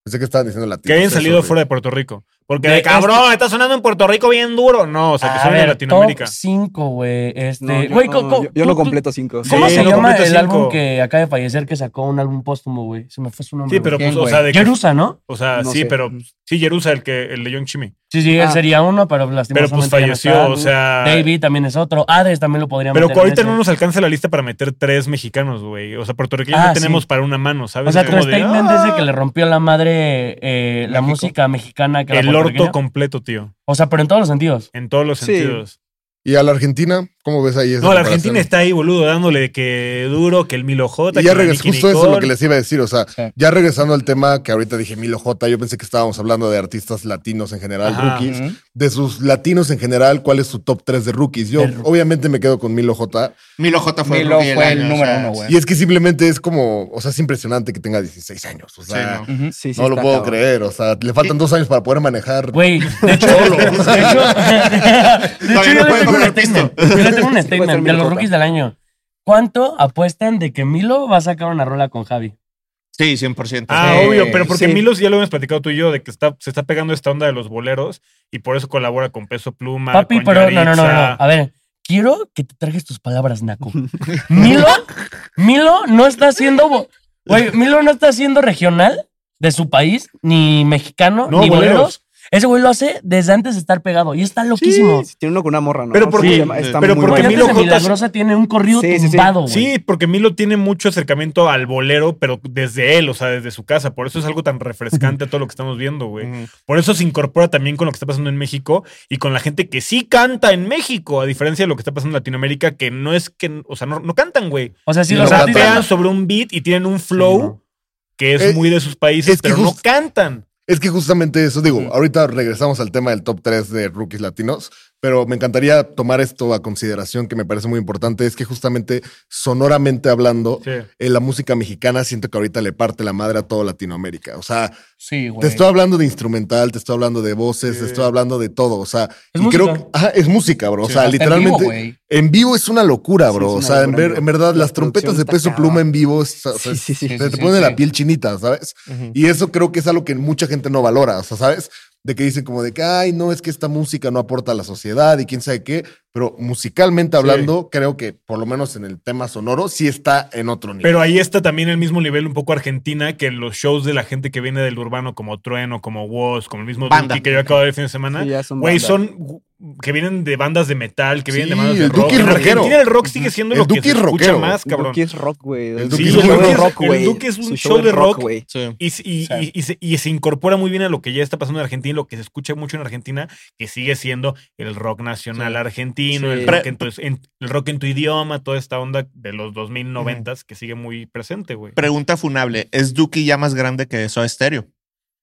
S6: Pensé que estaban diciendo latinos.
S4: Que hayan
S6: pues, eso,
S4: salido
S6: güey.
S4: fuera de Puerto Rico. Porque,
S2: De-
S4: cabrón, está sonando en Puerto Rico bien duro. No, o sea, que
S2: a
S4: son de
S2: ver,
S4: Latinoamérica.
S2: Top 5, güey.
S5: No,
S2: Este,
S5: yo
S2: güey,
S5: no,
S2: co- co-
S5: yo- yo lo
S2: tú- tú-
S5: completo cinco.
S2: ¿Cómo
S4: Sí,
S2: se
S4: lo
S2: llama
S4: completo
S2: el
S4: cinco.
S2: álbum que acaba de fallecer que sacó un álbum póstumo, güey? Se me fue su nombre.
S4: Sí, pero
S2: güey.
S4: pues,
S1: ¿Quién,
S4: o sea, de que-
S2: Jerusa, ¿no?
S4: o sea,
S5: No
S4: sí,
S5: sé.
S4: pero sí, Jerusa, el que el de Young Chimmy.
S2: Sí, sí, él
S5: Ah.
S2: sería uno, pero
S4: Pero pues
S2: lastimosamente ya no
S4: falleció,
S2: está.
S4: o sea.
S2: David también es otro. Hades también lo podría
S4: Pero
S2: meter en
S4: ahorita
S2: ese.
S4: no nos alcanza la lista para meter tres mexicanos, güey. O sea, puertorriqueños
S2: Ah,
S4: no
S2: sí.
S4: tenemos para una mano, ¿sabes?
S2: O sea,
S4: Es
S2: tu
S4: como de,
S2: statement
S4: ah,
S2: es de que le rompió la madre eh, la
S1: México.
S2: música mexicana. Que la
S4: "Ah, El orto
S2: puertorriqueña.
S4: completo, tío.
S2: O sea, pero en todos los sentidos.
S4: En todos los
S5: Sí.
S4: sentidos.
S6: ¿Y a la Argentina? ¿Cómo ves ahí esa
S4: No, la
S6: comparación?
S4: Argentina está ahí, boludo, dándole de que duro, que el Milo J.
S6: Y
S4: que
S6: ya
S4: la
S6: regresó,
S4: Nicki
S6: justo eso es lo
S4: Nicole.
S6: que les iba a decir. O sea, ya regresando al tema que ahorita dije Milo J, yo pensé que estábamos hablando de artistas latinos en general,
S4: Ajá.
S6: rookies.
S1: Ujú.
S6: De sus latinos en general, ¿cuál es su top 3 de rookies? Yo,
S2: El-
S6: obviamente, me quedo con Milo J.
S3: Milo J fue,
S1: Milo
S3: rookie del
S1: fue el
S3: año, o
S1: número
S3: sea,
S1: uno, güey.
S6: Y es que simplemente es como, o sea, es impresionante que tenga 16 años. O
S3: sí,
S6: sea,
S3: no.
S1: Ujú.
S5: Sí, sí,
S6: no lo
S5: está
S6: puedo
S5: cabrón.
S6: creer. O sea, le faltan
S3: Y-
S6: dos años para poder manejar.
S2: Güey, de hecho, de hecho, de hecho, yo
S3: Todavía no
S2: le
S3: puede
S2: tengo un
S3: comer pisto.
S2: statement. Yo le tengo un
S5: Puede ser
S2: statement de
S5: Milo
S2: los
S5: J.
S2: rookies del año. ¿Cuánto apuestan de que Milo va a sacar una rola con Javi?
S3: Sí, 100%.
S4: Ah,
S1: Sí,
S4: obvio, pero porque
S5: sí.
S4: Milos ya lo hemos platicado tú y yo de que está, se está pegando esta onda de los boleros y por eso colabora con Peso Pluma.
S2: Papi,
S4: con
S2: pero no, no, no, no.
S4: Yaritza.
S2: A ver, quiero que te trajes tus palabras, Naco. Milo, Milo no está haciendo. bo- Güey, Milo no está haciendo regional de su país, ni mexicano,
S4: No,
S2: ni boleros.
S4: boleros.
S2: Ese güey lo hace desde antes de estar pegado y está loquísimo.
S5: Sí, tiene uno con una morra, ¿no?
S4: Pero
S5: Sí,
S4: porque-
S5: se llama- está
S4: pero
S5: muy
S4: porque
S2: Porque
S5: bueno.
S2: antes
S4: Milo
S2: de
S4: J-
S2: Milagrosa tiene un corrido
S5: Sí, sí, sí.
S2: tumbado, Oh, güey.
S4: Sí, porque Milo tiene mucho acercamiento al bolero, pero desde él, o sea, desde su casa. Por eso es algo tan refrescante todo lo que estamos viendo, güey.
S3: Ujú.
S4: Por eso se incorpora también con lo que está pasando en México y con la gente que sí canta en México, a diferencia de lo que está pasando en Latinoamérica, que no es que, o sea, no, no cantan, güey.
S2: O sea, sí,
S4: o
S6: Sí,
S2: los
S4: sea,
S6: cantan.
S2: artistas-
S4: rapean sobre un beat y tienen un flow
S2: Sí, no.
S4: que es
S6: Eh,
S4: muy de sus países,
S6: es que
S4: pero no
S6: just-
S4: cantan.
S6: Es que justamente eso, digo,
S4: Ujú.
S6: ahorita regresamos al tema del top 3 de rookies latinos, Pero me encantaría tomar esto a consideración, que me parece muy importante, es que justamente sonoramente hablando, eh, la música mexicana siento que ahorita le parte la madre a toda Latinoamérica. O sea,
S1: Sí, güey.
S6: te estoy hablando de instrumental, te estoy hablando de voces, te estoy hablando de todo. O sea,
S2: Es
S6: y
S2: música.
S6: creo que ajá, es música, bro.
S3: Sí.
S6: o sea,
S1: Está en vivo,
S6: literalmente.
S1: güey.
S6: En vivo es una locura,
S5: Sí,
S6: bro.
S5: es
S6: o
S5: una
S6: sea, en,
S5: locura en
S6: ver,
S5: vivo.
S6: en verdad,
S5: La
S6: las trompetas de
S5: producción está
S6: peso pluma
S5: cabrón.
S6: en vivo es- o sea,
S5: Sí, sí, sí.
S6: se te
S1: sí,
S6: pone
S1: sí.
S6: la piel chinita, ¿sabes? Y eso creo que es algo que mucha gente no valora, o sea, ¿sabes? De que dicen como de que, ay, no, es que esta música no aporta a la sociedad y quién sabe qué, pero musicalmente hablando, creo que por lo menos en el tema sonoro sí está en otro nivel.
S4: Pero ahí está también el mismo nivel un poco Argentina que los shows de la gente que viene del urbano como Trueno, como Woz, como el mismo
S3: Banda.
S4: Duki que yo acabo de ver el fin de semana.
S5: Sí, ya son
S4: Güey,
S5: bandas.
S4: son gu- que vienen de bandas de metal, que vienen de
S6: Sí,
S4: bandas de
S6: el
S4: rock.
S6: Duki
S4: En
S6: es rockero.
S4: Argentina el rock sigue siendo
S6: El
S4: lo que
S6: Duki
S4: se
S6: es
S4: escucha
S6: rockero.
S4: más,
S5: El
S4: cabrón.
S5: Duki es rock, güey.
S6: El
S5: Es
S6: Duki
S5: un
S6: es
S5: show
S6: rock.
S5: de
S6: El
S5: rock,
S4: Duki es-
S5: güey.
S4: el Duki es un show de rock.
S5: güey.
S3: Sí.
S4: Y, se- y-
S1: Sí.
S4: y- y se, y se incorpora muy bien a lo que ya está pasando en Argentina, y lo que se escucha mucho en Argentina, que sigue siendo el rock nacional argentino,
S5: Sí.
S4: el, rock en tu, en- el rock en tu idioma, toda esta onda de los 2090 que sigue muy presente, güey.
S3: Pregunta funable. ¿Es Duki ya más grande que Soda Stereo?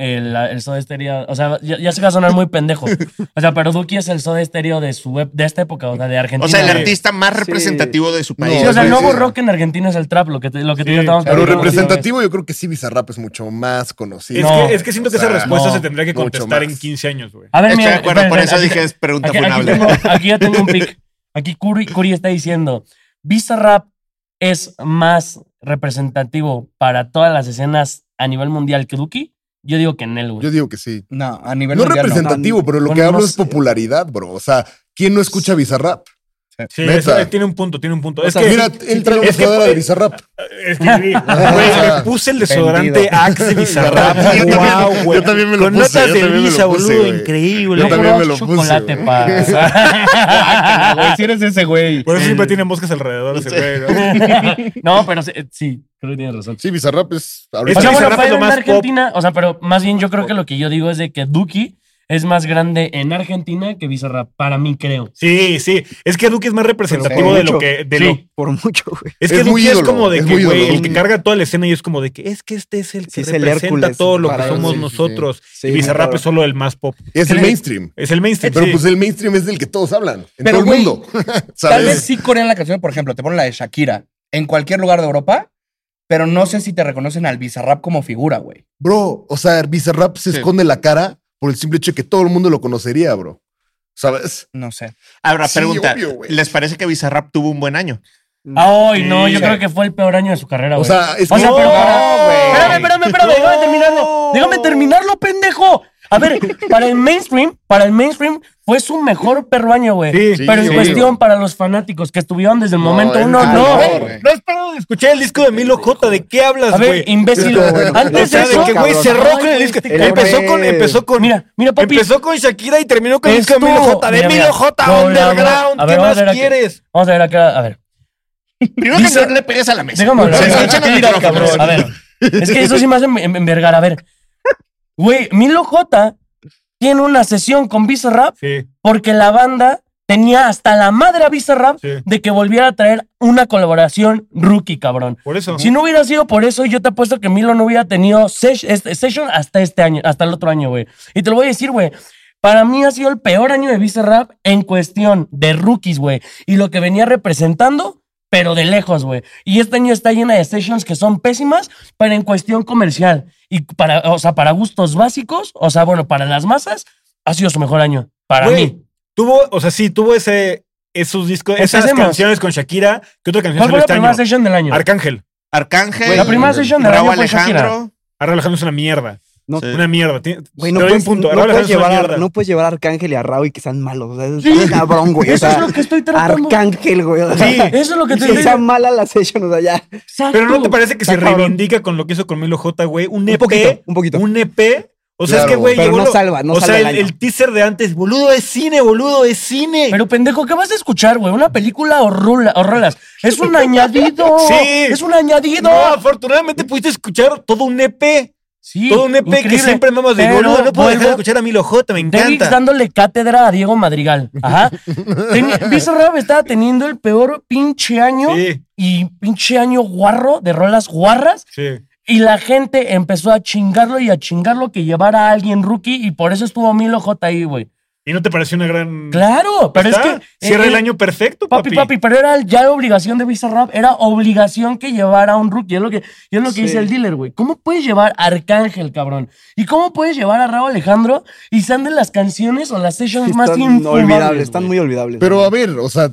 S2: el, el Soda Stereo. O sea, ya, ya se va a sonar muy pendejo. O sea, pero Duki es el Soda Stereo de su web, de esta época, o sea, de Argentina.
S3: O sea, el
S2: güey.
S3: artista más
S5: Sí.
S3: representativo de su país.
S2: Sí, o sea, el
S6: Sí,
S2: nuevo
S6: sí.
S2: rock en Argentina es el trap, lo que, te- lo que tú y yo
S4: Sí,
S2: estábamos
S6: Pero
S2: platicando,
S6: representativo, yo creo que sí, Bizarrap es mucho más conocido.
S4: es,
S2: No.
S4: que, es que siento que
S6: O sea,
S4: esa respuesta
S2: no,
S4: se tendría que
S6: mucho
S4: contestar en
S6: más.
S4: 15 años, güey.
S2: A ver,
S3: Estoy
S2: mira,
S3: de acuerdo,
S2: espera,
S3: por
S2: espera,
S3: eso
S2: aquí-
S3: dije es pregunta
S2: Aquí, aquí
S3: funable.
S2: tengo- aquí ya tengo un pick. Aquí Curi, Curi está diciendo, Bizarrap es más representativo para todas las escenas a nivel mundial que Duki. Yo digo que Nel, güey.
S6: Yo digo que sí.
S1: No, a nivel
S6: No
S1: mundial no.
S6: representativo, pero lo
S2: Bueno,
S6: que hablo
S2: no
S6: es
S2: sé.
S6: popularidad, bro. O sea, ¿quién no escucha Bizarrap?
S4: Sí,
S6: Neta.
S4: eso, eh, tiene un punto, tiene un punto. Es
S6: O sea,
S4: que,
S6: mira, entra la
S4: es que-
S6: buscadora de Bizarrap.
S4: es que sí. Güey, le puse el desodorante
S1: Vendido.
S4: Axe Bizarrap.
S6: Sí, yo también-
S4: Guau, güey.
S6: yo también me lo
S4: Con
S6: puse,
S4: notas
S6: yo
S4: de
S6: también me lo
S4: Lisa,
S6: puse,
S4: boludo,
S6: güey.
S4: increíble.
S6: Yo
S2: Yo
S6: también
S2: creo
S6: me lo puse,
S2: chocolate
S6: güey.
S2: para...
S1: Guácala, güey, si eres ese güey.
S4: Por eso siempre
S5: Mm.
S4: tienen moscas alrededor ese güey, ¿no?
S2: no, pero sí, sí, creo que tienes razón.
S6: Sí, Bizarrap es.
S4: Es
S2: O
S6: Ahorita
S2: sea,
S4: que
S2: bueno,
S4: Bizarrap
S2: para
S4: es lo
S2: ir en
S4: más pop.
S2: Argentina, o sea, pero más bien yo creo que lo que yo digo es de que Duki es más grande en Argentina que Bizarrap, para mí creo.
S4: Sí, sí. Es que Duki es más representativo
S5: Pero
S4: de lo
S5: mucho.
S4: que. De
S2: Sí.
S4: lo,
S5: Por mucho, güey.
S4: es que
S6: Es muy
S4: Duki es
S6: ídolo,
S4: como de
S6: es
S4: que,
S6: muy
S4: güey,
S6: ídolo,
S4: el que
S6: Duki.
S4: carga toda la escena y es como de que es que este es el que
S5: Sí, es el
S4: representa
S5: Hércules
S4: todo lo que
S5: para-
S4: somos
S6: sí, sí,
S4: nosotros.
S5: sí.
S4: y
S5: Sí,
S4: Bizarrap
S5: claro.
S4: es solo el más pop.
S6: es el mainstream.
S4: Es el mainstream.
S6: Pero
S4: sí.
S6: pues el mainstream es del que todos hablan. En
S1: Pero,
S6: todo el
S1: güey,
S6: mundo.
S1: Tal vez
S6: ¿Sabes?
S1: sí corean la canción, por ejemplo, te ponen la de Shakira en cualquier lugar de Europa, pero no sé si te reconocen al Bizarrap como figura, güey.
S6: Bro, o sea, Bizarrap se
S3: Sí.
S6: esconde la cara por el simple hecho de que todo el mundo lo conocería, bro. ¿Sabes?
S1: No sé.
S3: Ahora,
S6: Sí,
S3: pregunta.
S6: obvio, güey.
S3: ¿Les parece que Bizarrap tuvo un buen año?
S2: Ay, no,
S4: Sí.
S2: yo creo que fue el peor año de su carrera,
S6: Mm. O
S2: güey.
S6: sea, es
S2: O sea,
S6: que-
S2: pero-
S6: No, güey.
S2: Espérame, espérame, espérame, déjame terminarlo. Déjame terminarlo, pendejo. A ver, para el mainstream, para el mainstream fue su mejor perro año, güey.
S4: Sí,
S6: sí,
S2: Pero en
S6: sí.
S2: cuestión para los fanáticos que estuvieron desde el
S6: No,
S2: momento
S6: es
S2: uno,
S6: que
S2: no.
S6: no,
S2: güey.
S6: güey.
S4: No has parado de escuchar el disco de Milo J. ¿De qué hablas,
S2: A
S4: güey?
S2: ver, imbécil.
S4: O
S2: Antes de
S4: sea, de
S2: eso,
S4: que, güey,
S5: cabrón.
S4: cerró
S2: Ay,
S4: con el disco.
S5: el
S4: Empezó
S5: hombre-
S4: con, empezó con.
S2: Mira, mira, papi.
S4: Empezó con Shakira y terminó con el disco de
S2: Esto-
S4: Milo J. De
S2: Mira, mira.
S4: Milo J.
S2: No,
S4: Underground.
S2: a ver, vamos
S4: ¿Qué
S2: a
S4: más
S2: ver aquí.
S4: quieres?
S2: Vamos a ver acá, a ver.
S3: Primero que no le pegues a la mesa.
S2: Déjame hablar.
S3: Se escuchan los
S2: Mira,
S3: micrófonos.
S2: cabrón, A ver. Es que eso sí me hace en- en- envergar. A ver. Güey, Milo J tiene una sesión con Bizarrap
S4: Sí,
S2: porque la banda tenía hasta la madre a Bizarrap
S4: sí.
S2: de que volviera a traer una colaboración rookie, cabrón.
S4: Por eso.
S2: Si no hubiera sido por eso, yo te apuesto que Milo no hubiera tenido sesh- este- session hasta este año, hasta el otro año, güey. Y te lo voy a decir, güey. Para mí ha sido el peor año de Bizarrap en cuestión de rookies, güey. Y lo que venía representando, pero de lejos, güey. Y este año está llena de sessions que son pésimas, pero en cuestión comercial. Y para, o sea, para gustos básicos, o sea, bueno, para las masas, ha sido su mejor año. Para
S4: Güey,
S2: mí.
S4: Tuvo, o sea, sí, tuvo ese, esos discos,
S2: sea,
S4: esas
S2: hacemos-
S4: canciones con Shakira. ¿Qué otra canción
S2: ¿Cuál fue
S4: salió
S2: la
S4: este
S2: primera
S4: año?
S2: session del año?
S4: Arcángel.
S3: Arcángel.
S2: La primera
S6: Güey,
S2: session del año
S3: Raúl
S2: fue Shakira.
S3: Alejandro.
S4: Ahora Alejandro es una mierda.
S5: No,
S3: Sí.
S4: Una mierda. Tiene-
S5: güey,
S4: te
S5: no
S4: doy
S5: puedes,
S4: un punto.
S5: no
S4: Raúl
S5: puedes
S4: Alejandro es una
S5: llevar a,
S4: mierda.
S5: no puedes llevar a Arcángel y a Raúl y que sean malos. O sea, es cabrón, güey. o
S2: Eso es
S5: sea,
S2: lo que estoy tratando.
S5: Arcángel, güey. o sea,
S4: Sí,
S2: Eso es lo que te
S5: que
S2: estoy
S5: sea mala la session, o sea, ya.
S4: Pero ¿no te parece que se
S5: Está cabrón.
S4: reivindica con lo que hizo con Milo J, güey? Un
S5: Un
S4: EP.
S5: poquito, un poquito.
S4: Un EP. O sea,
S6: Claro,
S4: es que, güey,
S5: pero
S4: llegó
S5: no
S4: lo-
S5: salva, no
S4: O sea,
S5: salva
S4: el,
S5: el año.
S4: el teaser de antes, boludo, es cine, boludo, es cine.
S2: Pero pendejo, ¿qué vas a escuchar, güey? ¿Una película o, rula- o rolas? Es un añadido.
S4: Sí.
S2: Es un añadido.
S4: no, afortunadamente pudiste escuchar todo un EP.
S2: Sí,
S4: Todo un EP que
S2: increíble.
S4: siempre mamas de
S2: Pero
S4: boludo. No puedo dejar de
S2: vuelvo-
S4: escuchar a Milo J, me
S2: Davis
S4: encanta.
S2: dándole cátedra a Diego Madrigal. Ajá. Teni- Bizarrap estaba teniendo el peor pinche año
S4: Sí,
S2: y pinche año guarro de rolas guarras.
S4: sí.
S2: Y la gente empezó a chingarlo y a chingarlo que llevara a alguien rookie y por eso estuvo Milo J ahí, güey.
S4: ¿Y no te pareció una gran.
S2: Claro, pero
S4: Está,
S2: es que...
S4: Cierra
S2: eh,
S4: el
S2: eh,
S4: año perfecto,
S2: Papi,
S4: papi.
S2: papi, pero era ya obligación de Bizarrap, era obligación que llevara a un rookie. Es lo que, y es lo que
S5: Sí.
S2: dice el dealer, güey. ¿Cómo puedes llevar a Arcángel, cabrón? ¿Y cómo puedes llevar a Raúl Alejandro y sean de las canciones o las sessions más
S5: Están
S2: infumables?
S5: olvidables, están
S2: güey?
S5: muy olvidables.
S6: Pero
S5: güey.
S6: a ver, o sea,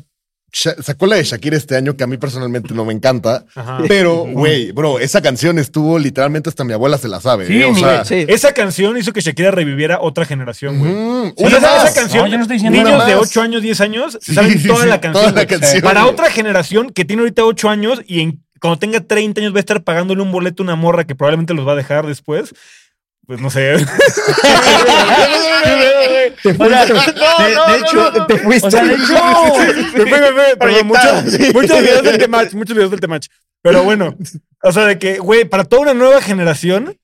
S6: Sha- sacó la de Shakira este año que a mí personalmente no me encanta.
S4: Ajá.
S6: Pero, güey, bro, esa canción estuvo literalmente hasta mi abuela se la sabe.
S2: Sí,
S6: ¿eh? O
S2: ni-
S6: sea,
S5: Sí.
S4: Esa canción hizo que Shakira reviviera otra generación, güey.
S6: mm,
S4: Sí, esa,
S6: una
S4: esa
S6: más.
S4: canción.
S2: No, yo no estoy diciendo
S4: niños
S6: nada
S4: de
S6: más.
S4: 8 años, 10 años,
S6: Sí,
S4: saben
S6: sí,
S4: toda
S6: sí,
S4: la canción.
S6: toda la
S4: güey.
S6: canción,
S4: Para
S6: güey.
S4: otra generación que tiene ahorita 8 años y en- cuando tenga 30 años va a estar pagándole un boleto a una morra que probablemente los va a dejar después. Pues no sé.
S5: Te fuiste. de, de hecho, te fuiste.
S2: O sea, de hecho,
S4: Me fui, me fui, perdón,
S6: Proyectado,
S4: muchos,
S6: sí.
S4: muchos videos del Temach, muchos videos del Temach. Pero bueno, o sea, de que, güey, para toda una nueva generación,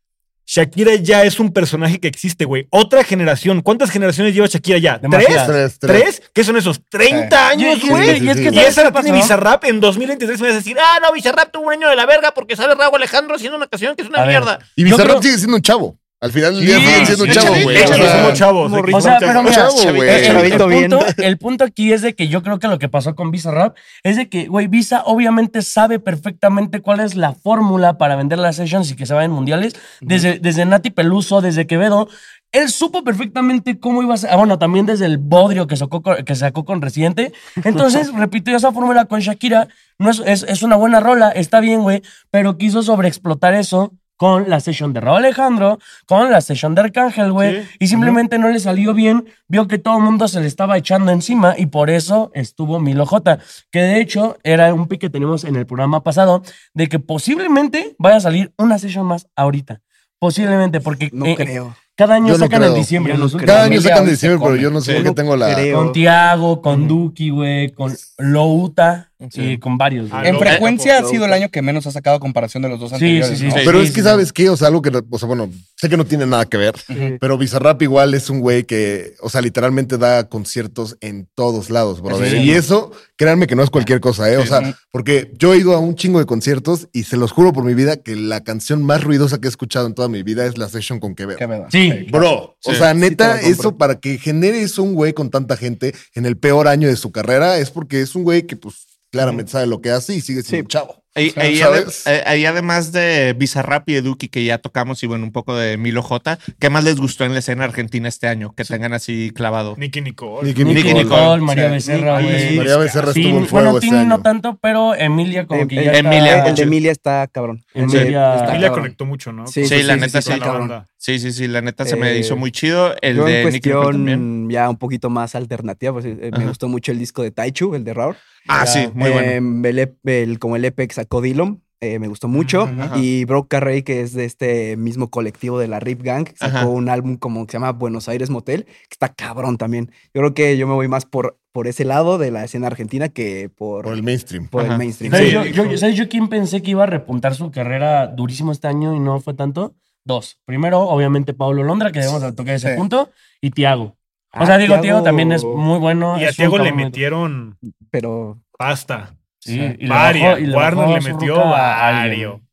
S4: Shakira ya es un personaje que existe, güey. Otra generación. ¿Cuántas generaciones lleva Shakira ya?
S2: Demasiadas.
S4: ¿Tres?
S6: Tres, tres.
S4: ¿Tres? ¿Qué son esos? ¿30 años,
S2: Y- y-
S4: güey?
S2: y es que
S6: Sí, sí, sí.
S4: Y esa la
S2: ¿sabes qué
S4: tiene
S2: pasó?
S4: Bizarrap en 2023. Me vas a decir, ah, no, Bizarrap tuvo un año de la verga porque sabe Rago Alejandro haciendo una canción que es una
S2: A ver.
S4: mierda.
S6: Y
S2: Yo
S6: Bizarrap
S2: creo-
S6: sigue siendo un chavo. Al final del día
S2: Sí,
S6: sigue siendo un
S2: sí,
S6: chavo,
S2: échale,
S6: güey.
S2: échale,
S6: o sea,
S4: somos chavos.
S5: morrito.
S2: O sea, pero mira,
S6: Chavo,
S2: el-
S6: güey.
S2: el, el
S5: Chavito bien.
S2: punto, el punto aquí es de que yo creo que lo que pasó con Visa Rap es de que, güey, Visa obviamente sabe perfectamente cuál es la fórmula para vender las sessions y que se vayan mundiales. Desde, desde Nati Peluso, desde Quevedo, él supo perfectamente cómo iba a ser. Ah, bueno, también desde el bodrio que sacó con, que sacó con Residente. Entonces, repito, esa fórmula con Shakira no es, es, es una buena rola, está bien, güey, pero quiso sobreexplotar eso con la sesión de Raúl Alejandro, con la sesión de Arcángel, güey,
S4: Sí.
S2: y simplemente no le salió bien, vio que todo el mundo se le estaba echando encima y por eso estuvo Milo J, que de hecho era un pick que tenemos en el programa pasado de que posiblemente vaya a salir una sesión más ahorita. Posiblemente, porque
S5: No
S2: eh,
S5: creo.
S2: cada año
S6: Yo no
S2: sacan en
S6: creo.
S2: diciembre.
S5: Yo no
S2: los
S5: creo.
S2: últimos
S6: Cada año
S2: mil
S6: sacan
S2: ya
S6: de
S2: se
S6: diciembre, pero
S2: comen.
S6: yo no sé por qué
S5: Yo
S6: tengo la.
S5: creo.
S2: Con Tiago, con Duki, güey, con Louta
S3: Sí.
S2: y con varios. güey.
S4: Ah,
S1: En
S4: no,
S1: frecuencia ha
S5: tampoco.
S1: sido el año que menos ha sacado a comparación de los dos
S2: Sí,
S1: anteriores.
S2: sí, sí,
S1: ¿no?
S2: sí.
S6: Pero es
S2: sí,
S6: que,
S2: sí.
S6: ¿sabes qué? O sea, algo que, no- o sea, bueno, sé que no tiene nada que ver, pero Bizarrap igual es un güey que, o sea, literalmente da conciertos en todos lados, brother.
S2: Sí.
S6: Y eso, créanme que no es cualquier cosa, ¿eh? O sea, porque yo he ido a un chingo de conciertos y se los juro por mi vida que la canción más ruidosa que he escuchado en toda mi vida es la session con Quevedo.
S1: Quevedo.
S2: Sí.
S6: Bro, o
S3: Sí.
S6: sea,
S5: la
S6: neta,
S5: compro.
S6: eso para que genere eso un güey con tanta gente en el peor año de su carrera es porque es un güey que, pues, claramente sabe lo que hace y sigue siendo
S5: Sí.
S6: chavo.
S3: Ahí,
S5: Pues,
S6: sea,
S3: ahí
S6: ¿sabes?
S3: ade- eh, ahí además de Bizarrap y Eduki que ya tocamos y bueno, un poco de Milo J, ¿qué más les gustó en la escena argentina este año? Que tengan así clavado.
S4: Nicky Nicole.
S6: Nicki
S2: Nicky Nicole,
S6: Nicole.
S2: María
S1: Sí.
S2: Becerra,
S4: Nicky
S2: güey.
S4: Nicole.
S6: María Becerra
S2: Tin-
S6: estuvo en fuego
S2: bueno,
S6: este
S2: Tin
S6: año.
S2: no tanto, pero Emilia como
S5: Eh,
S2: que ya
S5: eh,
S3: Emilia,
S2: está-
S5: El de Emilia está cabrón.
S2: Emilia-
S5: Ese
S2: Emilia
S5: está
S4: Emilia Pues,
S5: cabrón.
S4: conectó mucho, ¿no?
S5: Sí,
S3: Sí, la neta sí.
S4: con la
S5: cabrón.
S4: banda.
S3: Sí, sí, sí, la neta se me
S5: Eh,
S3: hizo muy chido. El
S5: Yo en
S3: de Nicky Nicole también.
S5: cuestión ya un poquito más alternativa, pues, eh, me
S3: Ajá.
S5: gustó mucho el disco de Taichu, el de Raúl.
S3: Ah, sí, muy bueno.
S5: Em, el ep- el- como el EP que sacó Dillom, eh, me gustó mucho.
S3: Ajá.
S5: Y Bro Carrey, que es de este mismo colectivo de la Rip Gang, sacó
S3: Ajá.
S5: un álbum como que se llama Buenos Aires Motel, que está cabrón también. Yo creo que yo me voy más por, por ese lado de la escena argentina que por,
S6: Por el mainstream.
S5: por el
S3: Ajá.
S5: mainstream.
S2: ¿Sabes,
S4: Sí,
S2: yo, yo-
S4: dijo.
S2: ¿sabes yo quién pensé que iba a repuntar su carrera durísimo este año y no fue tanto? Dos. Primero, obviamente, Pablo Londra, que debemos de tocar ese
S1: Sí.
S2: punto, y Tiago. O
S5: Ah,
S2: sea, digo, Tiago
S5: Thiago.
S2: también es muy bueno.
S4: Y a
S2: es un
S4: Tiago le
S2: cabrón muy-
S4: metieron
S5: Pero
S4: pasta.
S2: Sí, y le
S4: Varia.
S2: bajó- y le
S4: Warner
S2: bajó
S4: le
S2: su
S4: metió ¿Eh?
S2: ruca a
S4: vario.
S2: alguien.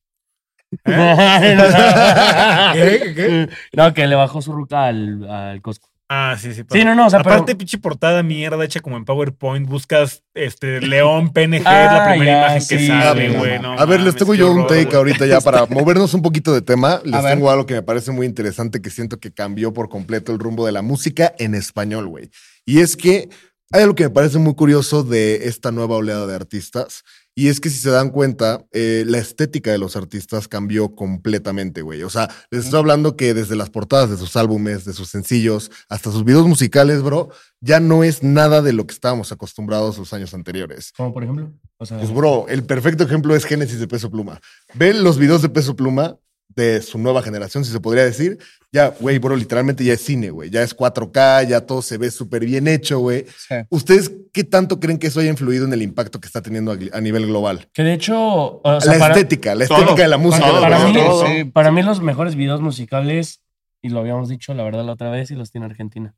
S2: ¿Qué?
S4: ¿Qué? ¿Qué?
S2: No, que le bajó su ruca al, al Costco.
S4: Ah, sí, sí.
S2: Sí,
S4: perdón.
S2: no, no, o sea, pero-
S4: Aparte, pinche portada mierda hecha como en PowerPoint. Buscas este León PNG, es la
S2: Ah,
S4: primera
S2: ya,
S4: imagen que
S2: sí,
S6: Ah,
S4: sale,
S2: sí,
S6: bueno.
S4: güey. no
S6: a ver, les
S4: mames,
S6: tengo
S4: qué
S6: yo un
S4: horror,
S6: take
S4: güey.
S6: ahorita ya para movernos un poquito de tema. Les
S1: ver.
S6: tengo algo que me parece muy interesante que siento que cambió por completo el rumbo de la música en español, güey. Y es que hay algo que me parece muy curioso de esta nueva oleada de artistas. Y es que si se dan cuenta, eh, la estética de los artistas cambió completamente, güey. O sea, les estoy hablando que desde las portadas de sus álbumes, de sus sencillos, hasta sus videos musicales, bro, ya no es nada de lo que estábamos acostumbrados los años anteriores.
S2: Como por ejemplo. O sea,
S6: Pues, bro, el perfecto ejemplo es Génesis de Peso Pluma. Ve los videos de Peso Pluma de su nueva generación, si se podría decir. Ya, güey, bro, literalmente ya es cine, güey. Ya es 4K, ya todo se ve súper bien hecho, güey.
S1: Sí.
S6: ¿Ustedes qué tanto creen que eso haya influido en el impacto que está teniendo a, gl- a nivel global?
S2: Que de hecho, o sea,
S6: la
S2: para,
S6: estética, la estética
S3: Todo.
S6: de la música.
S3: Todo,
S6: de la
S2: para mí,
S6: canción.
S3: todo.
S1: sí.
S2: para mí los mejores videos musicales, y lo habíamos dicho la verdad la otra vez, y los tiene Argentina.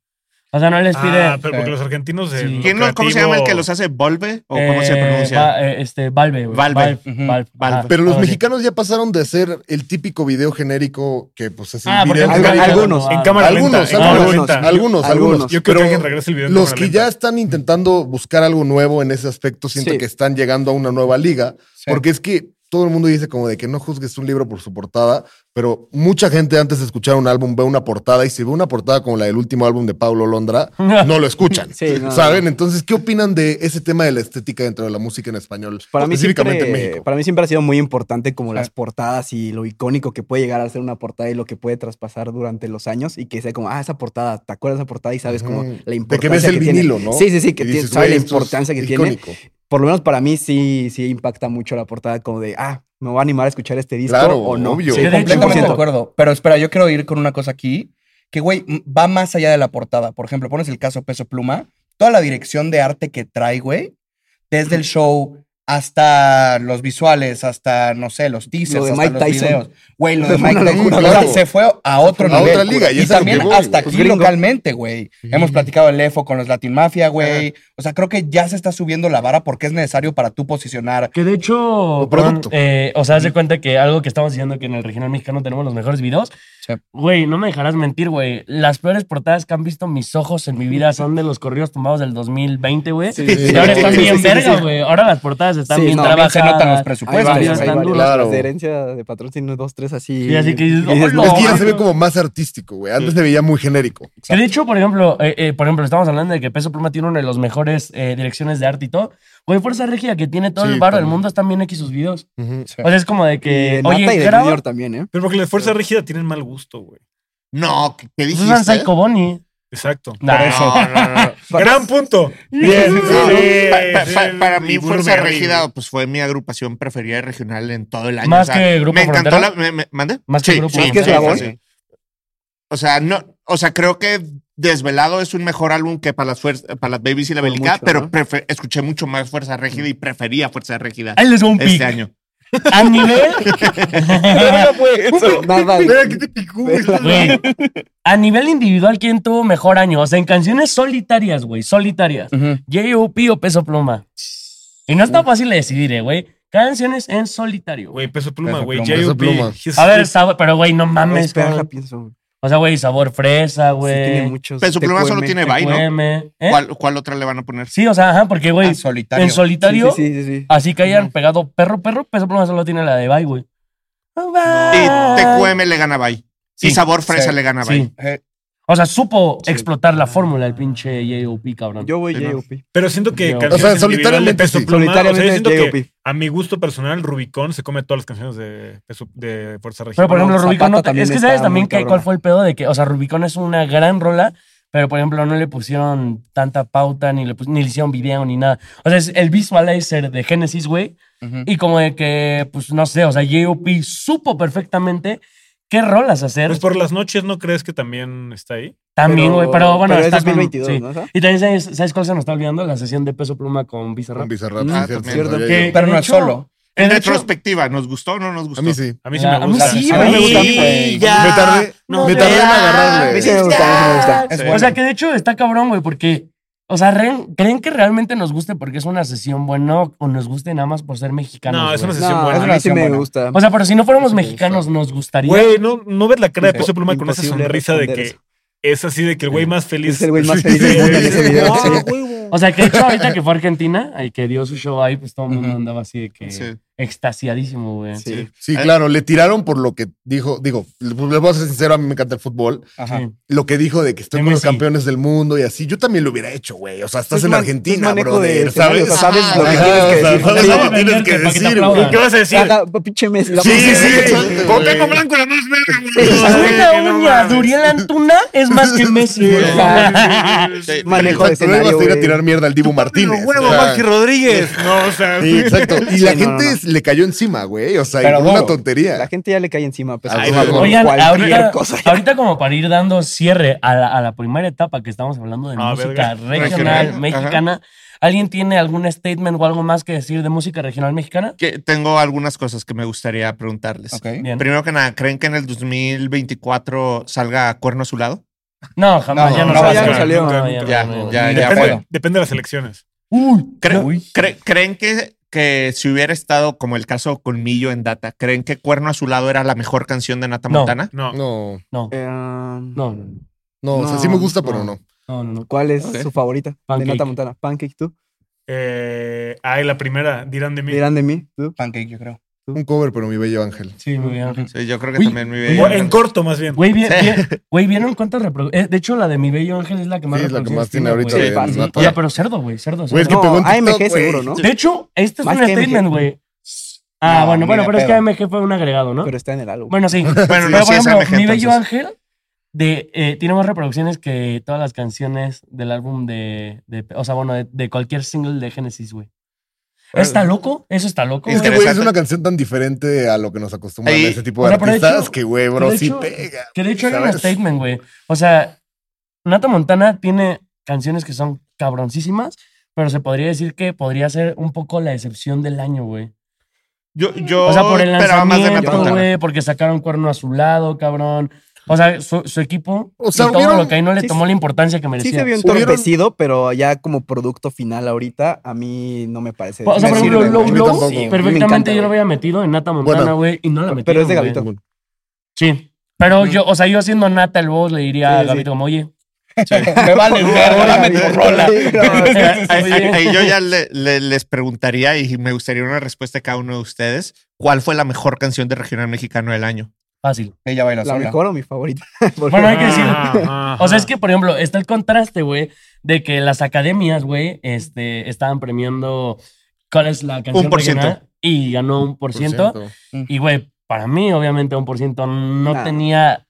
S2: O sea, no les pide...
S4: Ah, pero porque
S1: Sí.
S4: los argentinos. en
S2: Sí.
S4: lo
S3: ¿Quién los- ¿Cómo se llama el que
S4: creativo-
S3: los hace? ¿Volve? ¿O cómo se
S2: eh,
S3: pronuncia?
S2: va- eh, este, Valve, güey.
S3: Valve.
S1: Ujú.
S2: Valve.
S3: Valve.
S2: Ajá.
S6: Pero los
S2: Ah, sí.
S6: mexicanos ya pasaron de ser el típico video genérico que pues es el
S2: Ah, por
S6: video
S2: ejemplo,
S6: genérico.
S5: Algunos.
S4: En cámara
S6: Algunos,
S4: lenta. en
S5: algunos,
S4: cámara lenta.
S6: algunos, algunos.
S4: Yo creo
S6: Pero
S4: que alguien regrese el video. en
S6: Los
S4: cámara
S6: que
S4: lenta.
S6: ya están intentando buscar algo nuevo en ese aspecto, siento
S5: Sí.
S6: que están llegando a una nueva liga,
S1: Sí.
S6: porque es que todo el mundo dice como de que no juzgues un libro por su portada, pero mucha gente antes de escuchar un álbum ve una portada y si ve una portada como la del último álbum de Pablo Londra, no lo escuchan.
S5: Sí, no,
S6: ¿Saben?
S5: no.
S6: Entonces, ¿qué opinan de ese tema de la estética dentro de la música en español?
S5: Para mí,
S6: específicamente en
S5: siempre,
S6: México.
S5: para mí siempre ha sido muy importante como las
S1: Ah.
S5: portadas y lo icónico que puede llegar a ser una portada y lo que puede traspasar durante los años y que sea como, ah, esa portada, ¿te acuerdas de esa portada? Y sabes como
S6: Ujú.
S5: la
S6: de que
S5: importancia
S6: ves el
S5: tiene.
S6: vinilo, ¿no?
S5: Sí, sí, sí, que
S6: Y
S5: tiene-
S6: dices,
S5: sabe
S6: "Güey,
S5: la
S6: esto es
S5: importancia que tiene.
S6: icónico".
S5: Por lo menos para mí sí, sí impacta mucho la portada como de, ah, me va a animar a escuchar este disco
S6: Claro,
S5: o no.
S6: obvio.
S5: Sí,
S1: Yo
S2: de hecho-
S1: completamente de
S5: 100%.
S1: acuerdo. Pero espera, yo quiero ir con una cosa aquí que, güey, m- va más allá de la portada. Por ejemplo, pones el caso Peso Pluma, toda la dirección de arte que trae, güey, desde el show hasta los visuales, hasta, no sé, los teasers,
S5: Lo de
S1: hasta
S5: Mike
S1: los
S5: Tyson.
S1: videos. Güey, lo
S5: Fue
S1: de
S5: una
S1: Mike Tyson
S5: locura,
S1: o sea,
S6: claro.
S1: se fue a otro
S6: A
S1: nivel.
S6: otra liga, y
S1: Y,
S6: es a lo que
S1: también
S6: voy,
S1: hasta
S6: güey.
S1: aquí
S5: Gringo.
S1: localmente, güey. Hemos platicado el EFO con los Latin Mafia, güey. O sea, creo que ya se está subiendo la vara porque es necesario para tú posicionar.
S2: Que de hecho,
S6: O
S2: perdón,
S6: producto.
S2: eh, o sea, haz de cuenta que algo que estamos diciendo que en el regional mexicano tenemos los mejores videos.
S1: Sí.
S2: Güey, no me dejarás mentir, güey. Las peores portadas que han visto mis ojos en mi vida son de los corridos tumbados del 2020, güey.
S5: Sí, sí,
S6: Sí,
S2: Y ahora están
S5: sí,
S2: bien
S5: sí, sí,
S2: verga,
S5: sí.
S2: güey. Ahora las portadas están
S5: Sí,
S2: bien
S5: no,
S1: También
S2: trabajadas.
S1: se notan los
S5: Hay
S1: presupuestos.
S5: varias,
S2: Están
S5: hay
S2: duras.
S5: varias.
S6: Claro.
S5: Las de herencia de patrón tiene dos, tres así.
S2: Sí, así que dices, "Oh,
S5: no,
S6: Es que ya
S2: "Hola".
S6: se ve como más artístico, güey. Antes se veía muy genérico.
S2: Que de hecho, por ejemplo, eh, eh, por ejemplo, estamos hablando de que Peso Pluma tiene una de las mejores eh, direcciones de arte y todo. Güey, Fuerza Regia, que tiene todo
S6: Sí,
S2: el barro del
S6: también.
S2: mundo, están bien X sus videos.
S6: Ujú.
S1: Sí.
S2: O sea, es como de
S5: que
S2: que.
S5: de Nata
S2: Oye,
S5: y de
S2: graba-
S5: Junior también, ¿eh?
S4: Pero porque la fuerza rígida tienen mal gusto, güey.
S3: No, ¿qué- ¿qué
S2: Pues usan
S3: dijiste?
S2: Psycho Bunny.
S4: Exacto.
S2: Nah.
S3: No, no, no, no.
S4: Gran punto. Bien.
S3: Ah, No, pa- pa-
S4: sí,
S3: pa- para
S4: sí,
S3: mí,
S4: y Burro
S3: Fuerza
S4: Berry,
S3: Regida pues, fue mi agrupación preferida regional en todo el año.
S2: Más
S3: O sea,
S2: que Grupo
S3: Me encantó
S2: Frontera.
S3: la. me- me- ¿Mande?
S2: Más que
S3: Sí,
S2: Grupo
S3: sí,
S2: Frontera.
S3: sí,
S5: ¿Qué es la
S3: sí, sí. O sea, no, o sea, creo que Desvelado es un mejor álbum que para las, fuer- para las Babies y la
S5: Por
S3: Belicada,
S5: mucho,
S3: pero
S5: ¿no?
S3: prefe- escuché mucho más Fuerza Régida y prefería Fuerza Régida
S2: Ahí les va un
S3: este
S2: pic.
S3: año.
S2: A nivel.
S5: Nada,
S6: Ah, pues, Mira, ¿qué te picó, güey?
S2: Güey, a nivel individual, ¿quién tuvo mejor año? O sea, en canciones solitarias, güey, solitarias.
S1: Ujú.
S2: J.O.P. o Peso Pluma. Y no está fácil de decidir, eh, güey. Canciones en solitario, güey.
S4: Güey, peso pluma,
S1: Peso
S4: güey.
S1: Pluma.
S6: Peso
S4: J.U.P.
S6: Pluma.
S4: Jesús.
S2: A ver, sabor, pero güey, no mames.
S5: Espera,
S2: cabrón.
S5: la pienso.
S2: O sea, güey, sabor fresa,
S5: Sí, tiene
S2: güey.
S5: muchos.
S3: Peso Pluma solo
S5: TQM.
S3: tiene Bye, ¿no?
S2: TQM, ¿eh?
S3: ¿Cuál, cuál otra le van a poner?
S2: Sí, o sea, ajá, porque, güey,
S1: Ah, solitario.
S2: en solitario,
S5: Sí, sí, sí, sí.
S2: así que hayan pegado perro, perro, Peso Pluma solo tiene la de Bye, güey.
S3: Y
S2: Bye.
S3: TQM le gana Bye. y
S2: Sí,
S3: Sabor Fresa
S1: sí,
S3: le gana
S2: sí.
S3: Bye.
S1: Eh,
S2: O sea, supo explotar la fórmula el pinche J.O.P., cabrón.
S5: Ah. Yo voy
S3: Sí, no.
S2: Pues
S5: J.O.P.
S4: Pero siento que
S2: O sea,
S4: canciones individuales
S6: solitariamente
S4: de peso
S6: sí.
S4: pluma. o sea, yo
S2: ¿eh?
S5: Solitariamente
S4: siento que
S5: J.O.P.
S4: a mi gusto personal, Rubicón se come todas las canciones de, Peso- de Fuerza Regida.
S2: Pero por ejemplo,
S5: Bueno,
S2: Rubicón
S5: Zapata
S2: no te-
S5: también
S2: Es que
S5: está
S2: sabes también
S5: muy
S2: que
S5: cabrón.
S2: cuál fue el pedo de que. O sea, Rubicón es una gran rola, pero por ejemplo, no le pusieron tanta pauta, ni le, pus- ni le hicieron video, ni nada. O sea, es el visualizer de Genesis, güey.
S1: ujú.
S2: Y como de que, pues no sé, o sea, J.O.P. supo perfectamente qué rolas hacer.
S4: Pues por las noches, ¿no crees que también está ahí?
S2: también, güey. Pero, bueno,
S5: pero es
S2: está con-
S5: 2022,
S2: sí.
S5: ¿no? Esa?
S2: Y también, ¿sabes, ¿sabes cuál se nos está olvidando? La sesión de peso pluma con Bizarrap.
S6: Con Bizarrap,
S2: Ah,
S6: sí,
S3: también.
S6: cierto, no sabía
S2: Que-
S6: yo.
S1: Pero
S2: de
S1: no es
S2: hecho-
S1: solo.
S2: que
S3: En
S2: de hecho-
S3: retrospectiva, ¿nos gustó o no nos gustó?
S6: A mí sí.
S4: A mí sí
S2: Ya,
S4: me
S2: Ah, a mí
S4: gusta.
S2: sí,
S4: A mí me
S2: güey.
S4: gusta.
S1: güey.
S6: Me tardé,
S2: No
S6: me
S2: te
S6: tardé en
S2: hagas.
S6: agarrarle.
S5: Sí, me gusta, a mí me gusta.
S1: Es
S6: Sí.
S1: bueno.
S2: O sea, que de hecho está cabrón, güey, porque. O sea, ¿reen- ¿creen que realmente nos guste porque es una sesión buena o nos guste nada más por ser mexicanos?
S4: No, es una
S2: güey?
S4: sesión
S5: No,
S1: buena.
S5: a
S4: buena.
S5: mí sí
S1: Relación
S5: me
S1: buena.
S5: gusta.
S2: O sea, pero si no fuéramos mexicanos, nos gustaría.
S4: Güey, ¿no, ¿no ves la cara de Peso
S5: Impo-
S4: Pluma con esa
S5: imposible
S4: sonrisa de que
S5: responder
S4: es así de que el güey más feliz?
S5: Es el güey más feliz del mundo en ese video.
S4: Ah,
S5: Sí.
S4: güey.
S2: O sea, que de hecho, ahorita que fue a Argentina y que dio su show ahí, pues todo el mundo
S1: Ujú.
S2: andaba así de que
S3: Sí.
S2: extasiadísimo, güey. Sí.
S5: Sí.
S6: Sí, claro, le tiraron por lo que dijo. Digo, le le voy a ser sincero, a mí me encanta el fútbol.
S1: Ajá.
S6: Lo que dijo de que estoy
S2: De
S6: con los
S2: Messi.
S6: campeones del mundo y así. Yo también lo hubiera hecho, güey. O sea, estás
S5: Es
S6: en
S5: man- es
S6: Argentina,
S5: manejo
S6: brother,
S5: de
S6: ¿sabes?
S5: escenario, o sea, sabes lo que
S6: Ajá,
S5: tienes que
S6: o sea,
S5: decir.
S6: sabes
S5: Sí.
S6: lo que tienes que
S2: Para que te
S6: decir,
S2: aplaudan.
S6: güey.
S4: ¿Qué vas a decir?
S5: Haga- Ah, pinche Messi, la
S6: Sí,
S5: madre.
S6: sí, sí.
S5: Exacto.
S6: Con Paco
S3: Blanco la más verga,
S2: Una
S4: no
S2: uña
S4: mames.
S2: de Uriel Antuna es más que Messi, güey.
S5: Manejo de
S6: Exacto, no ibas
S5: escenario,
S6: a ir a
S5: güey.
S6: tirar mierda al Divo Martínez.
S4: Huevo,
S6: o sea,
S4: Maxi Rodríguez. No, o sea.
S6: Sí, exacto. Y
S5: Sí,
S6: la
S5: no,
S6: gente
S5: no, no.
S6: es- le cayó encima, güey. O sea, y
S1: Pero
S6: por una
S1: duro.
S6: tontería.
S5: La gente ya le cae encima, pues.
S6: Ay,
S5: a pesar de
S6: no.
S2: Oigan,
S5: cualquier
S2: ahorita,
S5: cosa.
S2: ahorita como para ir dando cierre a la, a la primera etapa que estamos hablando de
S4: Ah,
S2: música
S4: verga.
S2: regional
S3: Regional,
S2: mexicana, ¿alguien tiene algún statement o algo más que decir de música regional mexicana?
S3: Que tengo algunas cosas que me gustaría preguntarles.
S1: Ok.
S2: Bien.
S3: Primero que nada, ¿creen que en el 2024 salga Cuerno Azulado?
S2: No, jamás,
S1: No,
S2: ya no,
S1: no,
S2: salió.
S5: ya no
S2: No,
S5: salió.
S2: ya,
S3: Ya,
S2: no,
S3: ya,
S1: ya
S3: ya
S1: fue.
S3: fue.
S4: Depende, depende de las elecciones.
S1: Uy,
S3: Cre-
S1: uy.
S3: cre- ¿Creen que, que si hubiera estado como el caso con Millo en Data, ¿creen que Cuerno Azulado era la mejor canción de Nata
S2: No.
S3: Montana?
S4: No.
S6: No,
S2: No,
S5: Eh,
S2: no, no,
S6: no, o sea, sí me gusta, pero no.
S2: no, no, no.
S5: ¿Cuál es
S2: Ok.
S5: su favorita?
S2: Pancake.
S5: De Nata Montana. Pancake, tú.
S4: Eh, ay, la primera, dirán de mí.
S5: Dirán de mí, tú.
S1: Pancake, yo creo.
S6: Un cover, pero mi bello ángel.
S2: Sí, muy bien.
S3: Sí, yo creo que
S2: Uy,
S3: también me
S4: O en corto, más bien.
S2: Güey, ¿vi- vi- güey, ¿vieron cuántas reproducciones? De hecho, la de Mi Bello Ángel es la que más
S6: Sí, es la que más
S2: reproducciones
S6: tiene ahorita
S2: güey.
S6: de
S5: fácil.
S6: Nata.
S2: O sea, pero cerdo, güey, cerdo.
S6: Güey, es que
S2: cerdo.
S5: No,
S6: pegó en
S5: AMG
S6: TikTok, güey.
S5: seguro, ¿no?
S2: De hecho, este es
S5: Más
S2: un
S5: que AMG.
S2: statement, güey. Ah,
S1: No,
S2: bueno,
S1: ni
S2: bueno,
S1: de
S2: pero es que
S1: pedo.
S2: AMG fue un agregado, ¿no?
S5: Pero está en el álbum.
S2: Bueno, sí.
S3: Bueno,
S2: Pero,
S3: no, sí
S2: por
S3: es
S2: ejemplo,
S3: AMG,
S2: Mi Bello
S3: entonces.
S2: Ángel de, eh, tiene más reproducciones que todas las canciones del álbum de. de- o sea, bueno, de, de cualquier single de Genesis, güey. ¿Está loco? Eso está loco.
S6: Es
S2: güey.
S6: que, güey, es
S3: Interesante.
S6: una canción tan diferente a lo que nos acostumbran
S3: Ahí-
S6: ese tipo de
S2: o sea, pero de
S6: artistas
S2: hecho-
S6: que, güey,
S2: que
S6: bro,
S2: de
S6: sí
S2: hecho-
S6: pega.
S2: Que de hecho era un
S6: ¿sabes?
S2: statement, güey. O sea, Nata Montana tiene canciones que son cabroncísimas, pero se podría decir que podría ser un poco la excepción del año, güey.
S3: Yo, yo
S2: O sea, por el
S3: esperaba más de Nata
S2: lanzamiento,
S3: Montana.
S2: güey, porque sacaron cuerno a su lado, cabrón. O sea, su, su equipo
S6: O sea,
S2: y todo
S6: hubieron-
S2: lo que ahí no le
S5: Sí,
S2: tomó la importancia que
S5: Sí
S2: merecía.
S5: se vio
S6: Hubieron-
S5: entorpecido, pero ya como producto final ahorita, a mí no me parece.
S2: o sea,
S5: me
S2: por ejemplo,
S5: sirve,
S2: Low
S5: güey.
S6: a mí
S2: Low,
S6: tampoco.
S5: Sí, me
S2: perfectamente
S5: encanta,
S2: yo lo
S5: güey.
S2: había metido en Nata Montana,
S6: Bueno,
S2: güey, y no la metí.
S5: Pero es de Gabito.
S2: Sí. Pero yo, o sea, yo haciendo Nata el boss le diría
S5: Sí,
S2: a
S5: sí.
S2: Gabito como, oye, Ah,
S1: Me vale, verga, dame tu rola.
S5: Sí, no,
S3: Ahí- Ahí ahí yo ya le- le- les preguntaría y me gustaría una respuesta de cada uno de ustedes. ¿Cuál fue la mejor canción de Regional Mexicano del año?
S2: fácil.
S1: Ella baila
S5: ¿La
S1: sola.
S5: mejor o mi favorita? Porque-
S2: Bueno, hay que decir-
S4: Ah, Ajá,
S2: O sea, es
S4: ajá.
S2: que, por ejemplo, está el contraste, güey, de que las academias, güey, este, estaban premiando cuál es la canción
S3: Un por ciento.
S2: regional y ganó un por ciento. Y, güey, para mí, obviamente, un por ciento no
S5: Nah.
S2: tenía...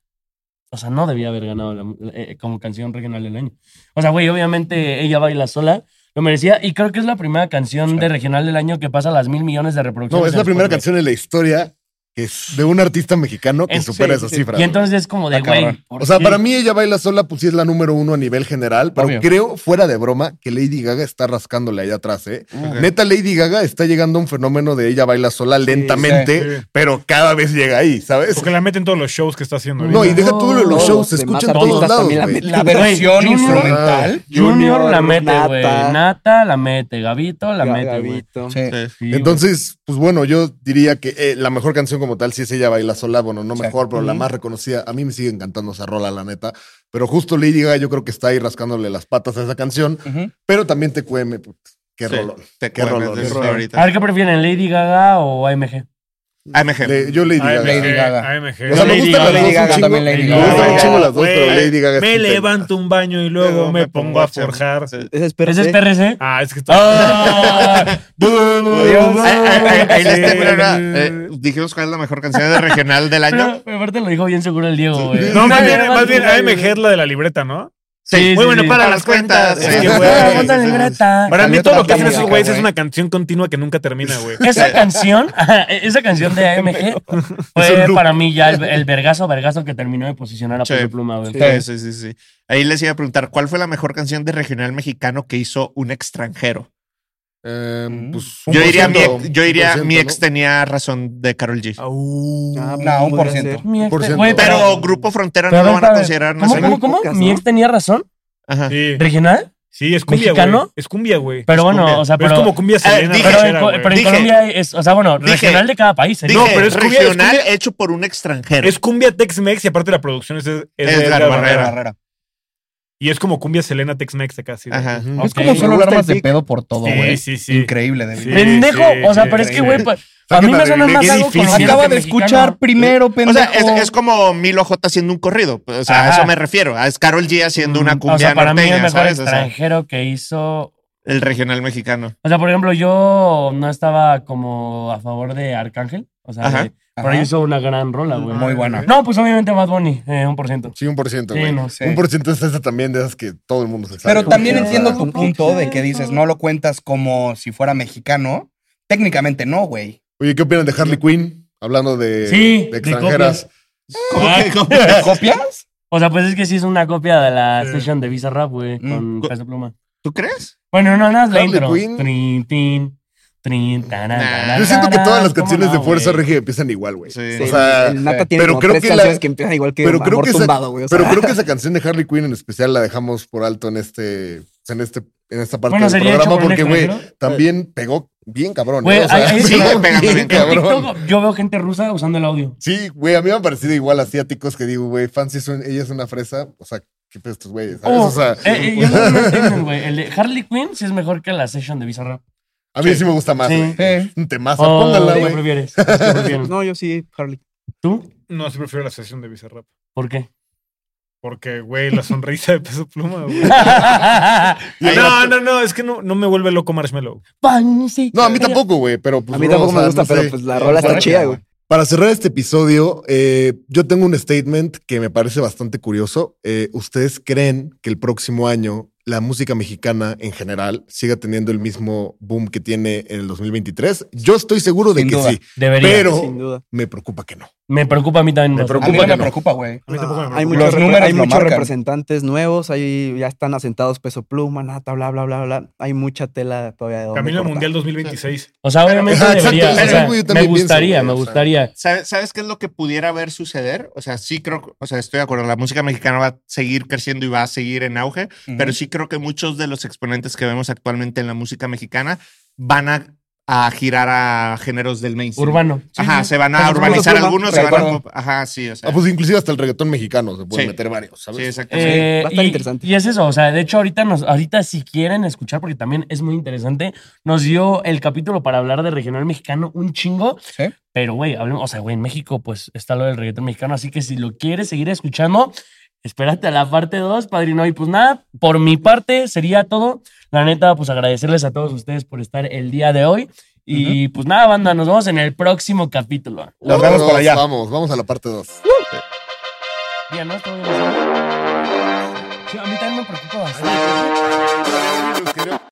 S2: O sea, no debía haber ganado la- eh, como canción regional del año. O sea, güey, obviamente ella baila sola, lo merecía. Y creo que es la primera canción de regional del año que pasa las mil millones de reproducciones.
S6: No, es
S2: en
S6: la primera
S2: Spotify.
S6: canción en la historia que es de un artista mexicano que
S2: En-
S6: supera
S5: sí,
S6: esas
S5: sí.
S6: cifras.
S2: Y
S6: güey.
S2: entonces es como de,
S1: Está cabrón.
S2: güey. ¿por
S6: o sea,
S2: qué?
S6: para mí ella baila sola, pues sí es la número uno a nivel general, pero
S1: Obvio.
S6: creo, fuera de broma, que Lady Gaga está rascándole allá atrás, ¿eh?
S3: Ok.
S6: Neta, Lady Gaga está llegando a un fenómeno de ella baila sola lentamente,
S4: sí.
S6: pero cada vez llega ahí, ¿sabes?
S4: Porque la meten todos los shows que está haciendo.
S6: No, y
S4: ahorita.
S6: deja todo lo de los
S5: Todos
S6: shows, se
S5: los demás
S6: escucha en todos
S5: artistas
S6: lados.
S5: también la
S6: güey.
S5: meten.
S1: La versión
S2: Güey, Junior-
S1: instrumental.
S2: Junior la
S5: Junior,
S2: mete,
S5: Nata.
S2: güey. Nata la mete. Gabito la mete, güey.
S5: Gabito.
S1: Sí.
S2: Sí,
S6: Entonces, pues bueno, yo diría que eh, la mejor canción como tal sí es Ella Baila Sola, bueno, no
S1: Sí.
S6: mejor, pero la más reconocida. A mí me sigue encantando esa rola, la neta. Pero justo Lady Gaga yo creo que está ahí rascándole las patas a esa canción,
S1: Ujú.
S6: pero también te cueme, puta. Qué
S3: Sí,
S6: rolón.
S3: Te
S6: Qué
S3: cuernas
S6: rolón,
S3: de
S6: qué
S3: esa
S6: rolón.
S2: güey. A
S3: ahorita.
S2: ver qué prefieren, Lady Gaga o AMG.
S3: AMG.
S6: Le- yo Lady
S4: AMG,
S6: Gaga.
S1: Lady Gaga.
S6: O sea,
S4: AMG.
S6: me
S1: Lady
S6: gustan las
S1: Gaga,
S6: dos un
S1: Gaga,
S6: chingo.
S1: también Lady
S6: Me gustan
S1: Gaga.
S6: un chingo las dos, pero
S4: Güey,
S6: Lady Gaga es
S4: Me
S6: un tema.
S4: levanto un baño y luego me pongo a forjar.
S3: Sí.
S5: Esa es
S2: Ese es
S5: PRC.
S2: PRC.
S4: Ah, es que
S2: Ah,
S6: Ah,
S3: Ahí- ahí- ahí les tengo
S4: Sí.
S3: una, eh, dijimos cuál es la mejor canción de regional del año.
S2: pero, pero aparte lo dijo bien seguro el Diego, güey.
S4: No, más
S2: Sí,
S4: bien,
S2: sí,
S4: más bien
S2: sí,
S4: AMG es la de la libreta, ¿no?
S2: Sí, sí,
S4: Muy bueno,
S2: sí.
S4: para
S3: Para
S4: las
S3: las cuentas.
S4: cuentas. Es que,
S6: Sí.
S4: güey,
S2: Ah,
S6: Sí,
S2: ponte
S6: sí,
S2: en
S6: sí.
S2: grata.
S4: Para mí
S1: Salió
S4: todo lo que
S1: otra
S4: hacen esos
S1: música,
S4: güeyes es
S1: güey.
S4: una canción continua que nunca termina, güey.
S2: Esa canción, e-, esa canción de AMG
S6: Es
S2: fue
S6: un loop.
S2: para mí ya el, el vergazo, vergazo que terminó de posicionar a
S3: Sí.
S2: Peso Pluma, güey.
S3: Sí, sí, sí, sí. Ahí les iba a preguntar, ¿cuál fue la mejor canción de regional mexicano que hizo un extranjero?
S6: Eh, pues,
S3: Yo diría, mi,
S6: 1%,
S3: ex- yo diría, mi
S6: 1%,
S3: ex tenía razón de Carol G.
S4: Au.
S5: Ah,
S1: No, un por
S5: podría
S1: ciento.
S5: ser.
S2: Mi ex-
S6: Por ciento.
S2: güey,
S3: Pero Grupo Frontera no
S2: pero
S3: lo van a
S2: espérame,
S3: considerar
S2: ¿Cómo,
S3: nacional.
S2: cómo, cómo?
S5: Pocas,
S2: Mi
S5: ¿no?
S2: ex tenía razón.
S3: Ajá.
S4: Sí.
S2: ¿Regional?
S4: Sí, es cumbia,
S2: ¿Mexicano?
S4: güey. Es cumbia, güey.
S2: Pero bueno,
S3: cumbia.
S2: o sea, pero.
S4: es como cumbia selena.
S3: dije-
S2: pero, en,
S4: ranchera,
S2: Co-
S4: güey.
S2: pero en
S3: Dije-
S2: Colombia es, o sea, bueno,
S3: dije-
S2: regional de cada país. ¿eh?
S3: Dije,
S4: No, pero es cumbia- es
S3: regional
S4: cumbia-
S3: hecho por un extranjero.
S4: Es cumbia Tex-Mex y aparte la producción es, es, de
S3: Edgar
S4: Edgar
S3: Barrera.
S4: Barrera.
S1: Barrera.
S4: Y es como cumbia selena Tex-Mex de casi. güey.
S3: Ajá.
S6: ujú.
S1: Es como solo
S5: Me gusta
S1: la armas
S5: el
S1: de
S5: pic.
S1: pedo por todo,
S4: Sí,
S1: güey.
S4: sí, sí.
S1: Increíble de
S4: Sí.
S1: vida.
S2: Pendejo, o sea,
S4: sí,
S2: pero es que,
S1: sí.
S2: güey, pa-
S6: que
S2: a mí me
S6: para
S2: suena
S6: vivir
S2: más
S6: es
S2: algo
S6: difícil.
S2: colombiano
S1: Acaba
S2: que
S1: de
S2: mexicano.
S1: escuchar primero,
S3: O
S1: pendejo.
S3: sea, es, es como Milo J haciendo un corrido. O sea,
S2: Ajá. Mm,
S3: a eso me refiero. Es Carol G haciendo una cumbia
S2: O sea, para mí
S3: norteña,
S2: el mejor
S3: ¿sabes? O sea,
S2: extranjero que hizo.
S3: el regional mexicano.
S2: O sea, por ejemplo, yo no estaba como a favor de Arcángel. O sea,
S3: Ajá.
S2: de- pero
S1: Ajá.
S2: hizo una gran rola, güey.
S1: Muy buena.
S2: No, pues obviamente Bad Bunny, eh, un por ciento.
S6: Sí, un por ciento,
S2: Sí,
S6: güey.
S2: no
S1: Sí.
S6: Un por ciento es esa también de esas que todo el mundo se sabe.
S1: Pero
S6: güey.
S1: también
S6: O sea,
S1: entiendo tu punto de que dices, no lo cuentas como si fuera mexicano. Técnicamente no, güey.
S6: Oye, ¿qué opinan de Harley Quinn? Hablando de,
S2: Sí, de
S6: de extranjeras.
S2: Ah,
S1: ¿Te copias?
S2: O sea, pues es que sí es una copia de la session de Bizarrap, güey, con
S3: Co-
S2: Peso Pluma.
S3: ¿Tú crees?
S2: Bueno, no, nada, es la
S6: Mm, Harley
S2: intro.
S6: Quinn.
S2: Trin, tin, trin, taran,
S3: Nah.
S2: taran,
S6: Yo siento que todas las
S2: ¿cómo
S6: canciones
S2: no,
S6: de Fuerza
S2: güey?
S6: Regia empiezan igual, güey.
S3: Sí.
S6: O
S5: Sí,
S6: sea,
S5: el Nata tiene
S6: pero
S5: como
S6: creo
S5: tres
S6: que la-
S5: canciones que empiezan igual que
S6: pero creo
S5: Amor
S6: que esa-
S5: Tumbado, güey. o sea,
S6: Pero creo que esa canción de Harley Quinn en especial la dejamos por alto en este, en este, en esta parte
S2: Bueno,
S6: del
S2: sería hecho
S6: programa,
S2: por un
S6: porque, güey,
S2: extranjero.
S6: también pegó bien cabrón.
S2: Güey,
S6: ¿eh? O sea,
S2: hay- hay-
S6: sí,
S3: sigue pegando
S6: bien
S3: bien
S2: En
S6: cabrón.
S2: TikTok yo veo gente rusa usando el audio.
S6: Sí, güey, a mí me han parecido igual asiáticos que digo, güey, Fancy es un- ella es una fresa. O sea, qué pedo estos güeyes, ¿sabes?
S2: Oh,
S6: Ah, o sea,
S2: eh, eh, yo no, no entiendo, güey. El de Harley Quinn sí es mejor que la session de Bizarrap.
S6: a mí sí me gusta más.
S2: Sí.
S6: güey.
S5: Eh.
S1: Sí.
S6: Un temazo,
S2: Oh,
S6: póngala,
S2: ¿qué
S6: güey.
S2: prefieres? ¿Qué prefieres?
S5: No, yo sí, Harley.
S2: ¿Tú?
S4: No, sí prefiero la sesión de Bizarrap.
S2: ¿Por qué?
S4: Porque, güey, la sonrisa de peso pluma, güey.
S6: Y ahí
S4: No,
S6: la-
S4: no, no, es que no, no me vuelve loco Marshmallow.
S2: Pancita.
S6: No, a mí tampoco, güey, pero pues,
S5: A mí
S6: bro,
S5: tampoco
S6: o
S5: me
S6: sea,
S5: gusta,
S6: no
S5: pero
S6: sé.
S5: pues la rola está
S6: Para-
S5: chida, güey.
S6: Para cerrar este episodio, eh, yo tengo un statement que me parece bastante curioso. Eh, ¿Ustedes creen que el próximo año la música mexicana en general siga teniendo el mismo boom que tiene en el 2023? Yo estoy seguro de
S1: Sin
S6: que
S1: duda.
S6: sí,
S2: Debería.
S6: pero
S5: Sin duda.
S6: me preocupa que no.
S2: Me preocupa a mí también.
S6: Me
S2: bastante.
S1: A mí no
S6: Preocupa que
S1: me
S6: no.
S1: preocupa, güey.
S4: A mí tampoco me
S5: Hay
S4: preocupa.
S5: muchos,
S1: Los
S5: repre-
S1: números
S5: hay
S1: lo
S5: muchos
S1: marcan.
S5: representantes nuevos, ahí ya están asentados peso pluma, nata, bla, bla, bla, bla. Hay mucha tela todavía de dónde
S4: Camino al
S5: cortar.
S4: Mundial 2026.
S2: O sea, obviamente
S6: Ajá, exacto,
S2: debería.
S6: eso
S2: o
S6: es
S2: sea,
S6: algo que yo
S2: me
S6: también
S2: gustaría,
S6: pienso,
S2: me
S6: güey, o sea.
S2: gustaría.
S3: ¿Sabes, ¿Sabes qué es lo que pudiera ver suceder? O sea, sí creo, que- o sea, estoy de acuerdo, la música mexicana va a seguir creciendo y va a seguir en auge,
S1: Ujú.
S3: pero sí creo que muchos de los exponentes que vemos actualmente en la música mexicana van a, a girar a géneros del mainstream.
S2: Urbano.
S3: Ajá, se van a
S5: Pero
S3: urbanizar
S5: Pluma,
S3: algunos, se van
S1: recuerdo.
S3: a... pop- Ajá, sí, o sea.
S6: Ah, pues inclusive hasta el reggaetón mexicano se pueden
S3: Sí.
S6: meter varios, ¿sabes?
S3: sí, exactamente.
S2: Eh,
S5: va a estar
S2: y-
S5: interesante.
S2: Y es eso, o sea, de hecho ahorita nos, ahorita si quieren escuchar, porque también es muy interesante, nos dio el capítulo para hablar de regional mexicano un chingo,
S1: Sí.
S2: pero güey, hablemos, o sea, güey, en México pues está lo del reggaetón mexicano, así que si lo quieres seguir escuchando, espérate a la parte 2, padrino. Y pues nada, por mi parte sería todo. La neta, pues agradecerles a todos ustedes por estar el día de hoy. Y pues nada, banda, nos vemos en el próximo capítulo.
S1: Nos
S6: Parte
S1: vemos por
S6: dos,
S1: allá.
S6: Vamos, vamos a la parte 2.
S2: Ya, ¿no? Todo bien, ¿no? Sí, a mí también me preocupa bastante.